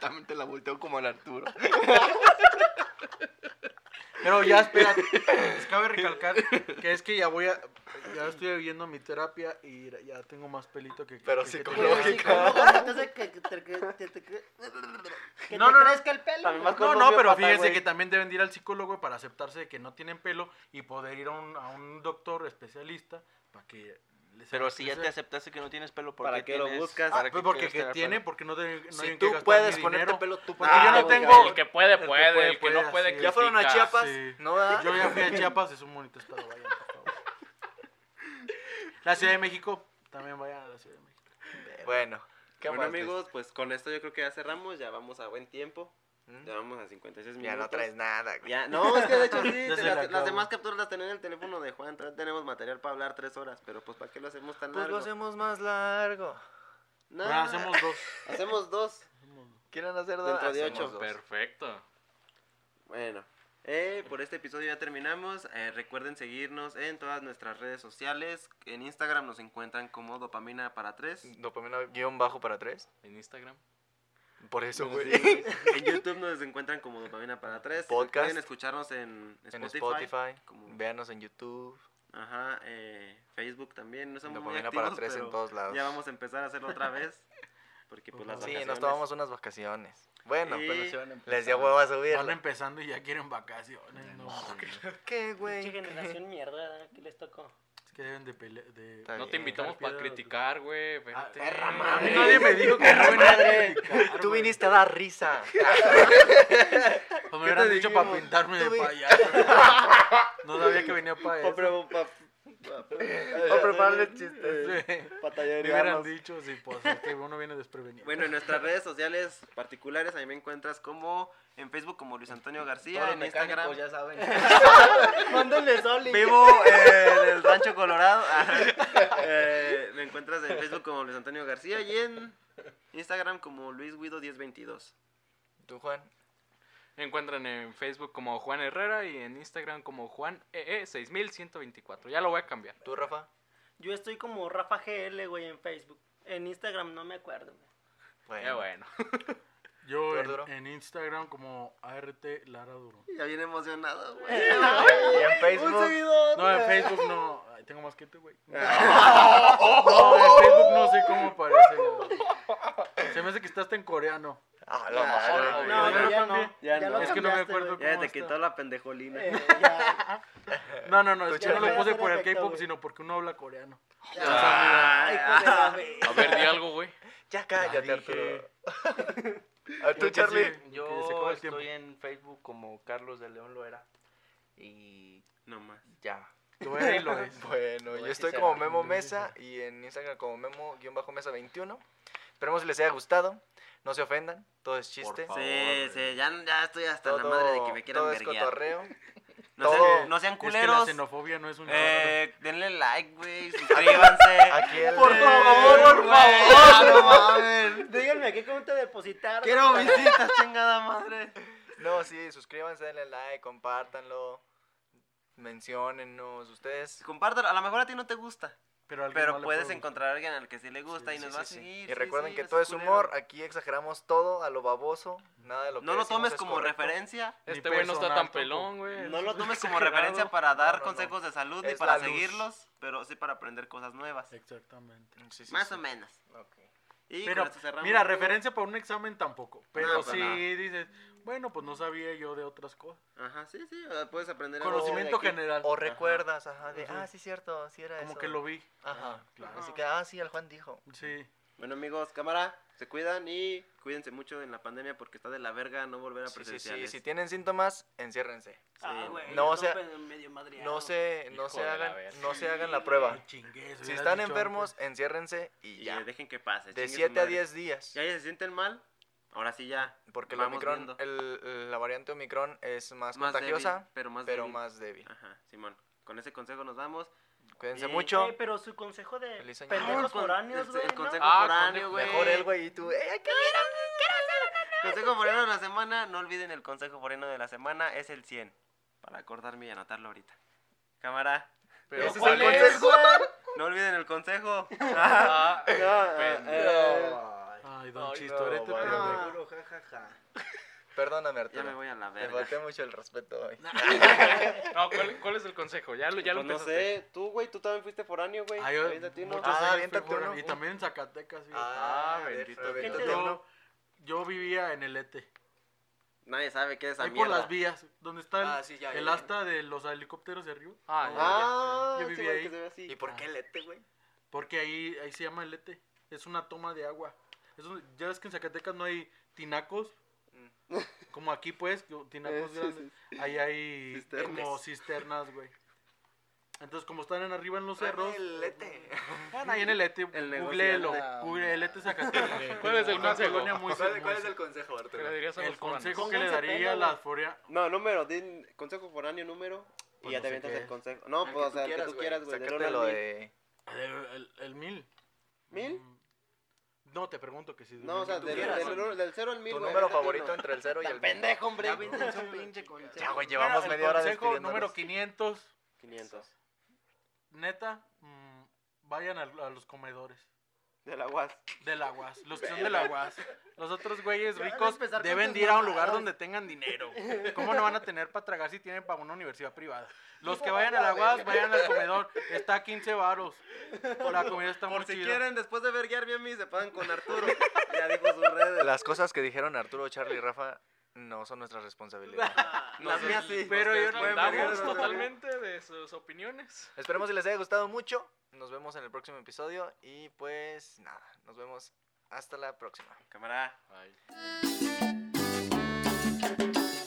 También te la volteo como al Arturo. Pero ya, espérate. Les cabe recalcar que es que ya voy a. Ya estoy viviendo mi terapia y ya tengo más pelito que. Pero que- que psicológico. Pero tenía. sí, ¿cómo vas a hacer que que te que te- te- que te No, no, no. crezca el pelo? También güey? más No, con no, rubio pero pata, fíjense güey. que también deben de ir al psicólogo para aceptarse de que no tienen pelo y poder ir a un, a un doctor especialista para que les Pero haga si ya te crecer. aceptaste que no tienes pelo, ¿por ¿Para qué qué lo tienes- buscas? Ah, ¿para pues porque que tiene, porque no, te, no hay Si en qué tú gastar puedes mi ponerte dinero. pelo, tú Porque Ah, ponte yo pelo. no tengo. El que puede, El que puede. puede, El que no puede, puede, así es. Ya fueron a critica. Chiapas. Sí. No, Ah, ¿verdad? Yo ya fui a Chiapas, es un bonito estado, vayan, por favor. La Ciudad de México, también vayan a la Ciudad de México. Bueno. ¿Qué Bueno, más, amigos, pues con esto yo creo que ya cerramos. Ya vamos a buen tiempo. Luis? ¿Mm? Ya vamos a 56 minutos. Ya no traes nada. güey. Ya, no, es que de hecho sí, Ya te- se la las, acabó. las demás capturas las tenía en el teléfono de Juan, entonces tenemos material para hablar tres horas, pero pues ¿para qué lo hacemos tan Pues largo? lo hacemos más largo. No, Bueno, Ah, hacemos dos. hacemos dos. Hacemos dos. ¿Quieren hacer dos? Dentro de Hacemos ocho. dos. Perfecto. Bueno, eh, por este episodio ya terminamos. Eh, recuerden seguirnos en todas nuestras redes sociales. En Instagram nos encuentran como dopamina para tres. Dopamina guión bajo para tres. En Instagram. Por eso, güey. (laughs) En YouTube nos encuentran como dopamina para tres. Podcast. Pueden escucharnos en Spotify. En Spotify. como- Véanos en YouTube. Ajá, eh, Facebook también. No somos Dopamina muy activos, para tres en pero todos lados. Ya vamos a empezar a hacerlo otra vez. Porque pues las Sí, vacaciones. pues, nos tomamos unas vacaciones. Bueno, Y- pero Se van a empezar. les dio huevo a Van subirla. empezando y ya quieren vacaciones. No, hombre. ¿Qué, Pinche Eh, güey? generación mierda que les tocó. es que deben de pelear. De... Está No te bien. invitamos para Piedra, criticar, güey. Ah, Vete. perra madre. (laughs) Nadie me dijo que no venía a criticar, Tú güey. viniste a dar risa. Pues me hubieran te dicho dijimos? para pintarme Tú de vi- payaso. (laughs) No sabía que venía para eso. O prepararle el chiste. Sí. Me hubieran dicho, sí, pues es que uno viene desprevenido. Bueno, en nuestras redes sociales particulares, ahí me encuentras como en Facebook como Luis Antonio Todos García, los en Instagram. mecánicos ya saben. Mándenle Soli. Vivo eh, en el Rancho Colorado. Ah, eh, me Lo encuentras en Facebook como Luis Antonio García y en Instagram como Luis Guido 1022. ¿Tú, Juan? Me encuentran en Facebook como Juan Herrera y en Instagram como Juan E EE 6124. Ya lo voy a cambiar. ¿Tú, Rafa? Yo estoy como Rafa GL, güey, en Facebook. En Instagram no me acuerdo, güey. Ya bueno. Yo ¿Tú, Arturo? en, en Instagram como ART Lara Duro. Ya bien emocionado, güey. Eh, Y en Facebook. seguidor. No, en Facebook no. Ay, tengo más que tú, güey. No, en Ah. Facebook no sé cómo aparece. güey. Se me hace que estás en coreano. Ah, lo mejor, No, güey. ya No, ya, lo no. cambié. Ya ya no. lo Es que no me cambiaste, acuerdo. güey. Ya te ¿Cómo quitó está? la pendejolina. Eh, ya. No, no, no. Es Tu que no chale. lo puse por el Perfecto, K-pop, güey. sino porque uno habla coreano. Ay, culera, güey. A ver, di algo, güey. Ah, Ya cállate, Ya Arturo. dije. A ver, tú, Porque sí, Charlie. que se acaba Yo el tiempo. estoy en Facebook como Carlos de León Loera. Y No más. ya. Tú eres y (laughs) lo es. Bueno, yo Pues estoy sí se como va. Memo Mesa y en Instagram como Memo-Mesa21. Esperemos les haya gustado. No se ofendan, todo es chiste. favor. Sí, sí, ya, ya estoy hasta Todo, la madre de que me quieran todo es verguear. cotorreo. No todo- sean, no sean Es que la culeros. xenofobia no es un. eh, denle like, güey. (laughs) Suscríbanse. Aquí el Por de- favor, por Güey, ah, no mames. Díganme aquí cómo te depositaron. Ah, Quiero visitas, chingada madre. No, sí, suscríbanse, denle like, compártanlo. Menciónennos ustedes. Compártelo. A lo mejor a ti no te gusta. Pero, alguien Pero no le puedes puede gustar. encontrar a alguien al que sí le gusta y Sí, nos sí, va a sí. seguir. Y sí, recuerden sí, que no todo es seas culero. humor. Aquí exageramos todo a lo baboso. Nada de lo que No lo decimos tomes es como correcto. referencia. Ni Este güey no personal está tan tampoco. pelón, güey. No lo tomes como Exagerado. referencia para No, dar no, consejos de salud ni Es para la luz. seguirlos, pero sí para aprender cosas nuevas. Exactamente. Mm, Sí, sí, Más sí. o menos. Ok. Y Pero, con esto cerramos. mira, referencia para un examen tampoco. Pero No, pues sí no. dices, bueno, pues no sabía yo de otras cosas. Ajá, sí, sí, o sea, puedes aprender algo Conocimiento de aquí. general. O recuerdas, ajá, de, Ajá. ah, sí, cierto, sí era Como eso. que lo vi. Ajá, claro. Así que, ah, sí, el Juan dijo. Sí. Bueno, amigos, cámara, se cuidan y cuídense mucho en la pandemia porque está de la verga no volver a Sí, sí, presenciales. sí, si tienen síntomas, enciérrense. Ah, Sí, güey, no, o yo sea, pe- medio madreado. No se, no Hijo se de la hagan, verga. no se hagan la prueba. Ay, chingues, hubieras Si están dicho enfermos, enciérrense y Y ya. eh, dejen que pase. De chingue su 7 a madre. 10 días. Ya ya se sienten mal, ahora sí ya. Porque la, vamos Omicron, viendo. el- la variante Omicron es más, Más contagiosa, débil, pero más pero débil. más débil. Ajá, Simón. Con ese consejo nos vamos. Cuídense Eh, mucho. Eh, pero su consejo de Feliz año. No, Ah, el pendejos con- este, foráneos, el- güey, El ¿no? consejo Ah, foráneo, pues, consejo- güey. Mejor él, güey, y tú. "Eh, ¿qué vieron? Consejo foráneo de la semana. No olviden el consejo foráneo de la semana. Es el 100. Para acordarme y anotarlo ahorita. Cámara. Pero Ese es ¿cuál el es? consejo. No olviden el consejo. (laughs) Ah, antes. Ay, don Ay, Chisto, no, Ah, eres tu Ah, vale. pendejo. Perdóname, Ya me Arturo. voy a la Te verga. falté mucho el respeto hoy. No, ¿cuál, cuál es el consejo? Ya lo, ya lo Pues no pensaste. sé, tú, güey, tú también fuiste foráneo, güey. Ay, yo- Aviéntate uno. muchos Ah, años fui aviéntate fuera- uno. Y también en Zacatecas. sí. Ah, Ah, bendito. bendito, bendito. bendito. No, yo, yo vivía en el ETE. Nadie sabe qué es esa Ahí mierda. por las vías. Donde está el, Ah, sí, ya, ya, el ya. asta de los helicópteros de arriba. Ah, ya, Ah, Yo sí, viví güey, ahí. que se ve ¿Y así. por qué lete, güey? Porque ahí, ahí se llama el ETE. Es una toma de agua. Es un- ya ves que en Zacatecas no hay tinacos. Como aquí, pues, que- tinacos Sí, sí, grandes. Ahí hay Cisternas. como cisternas, güey. Entonces, como están en arriba en los cerros. Tráeme el E lete. Bueno, ahí en el ETE. El negociante. Googleelo. Google el ETE Zacatecas. ¿Cuál es el Una consejo? colonia muy (laughs) ¿Cuál, hermosa. cuál es el consejo, ya. ¿Qué le Arturo? dirías a El los foráneos? consejo que le Pónganse daría a pelo, la güey. foria. No, número, din consejo foráneo, número. Pues y ya no te sé avientas qué el es. consejo. Ah, No, pues, o sea, el que tú quieras, güey. del uno Sácatelo al mil. de... El, el- el mil. ¿Mil? Mm, No, te pregunto que si. del No, mil o sea, tú del, quieras. del, uno- del cero al mil, Tu güey, número aviéntate favorito uno. entre el 0 y Tan el pendejo, hombre. Ya (laughs) víntense un pinche consejo. Ya, güey, Bueno, llevamos el media hora consejo despidiéndonos. número 500. 500. Neta, mm, vayan al- a, los comedores De la UAS. del aguas. Los que son del aguas. Los otros güeyes Ya van a ricos empezar con deben tus de ir a un lugar mamadas. donde tengan dinero. ¿Cómo no van a tener para tragar si tienen para una universidad privada? Los que No, vayan al la aguas, verga. vayan al comedor. Está a 15 varos. La comida está muy Por si chida. quieren, después de verguear bien a mí, se pagan con Arturo. ya dijo sus redes. Las cosas que dijeron Arturo, Charlie y Rafa no son nuestra (laughs) responsabilidad. Las mías sí. Pero yo Nos no desmandamos verga, no, totalmente de sus opiniones. Esperemos que les haya gustado mucho. Nos vemos en el próximo episodio. Y pues nada, nos vemos hasta la próxima. Cámara. Ay.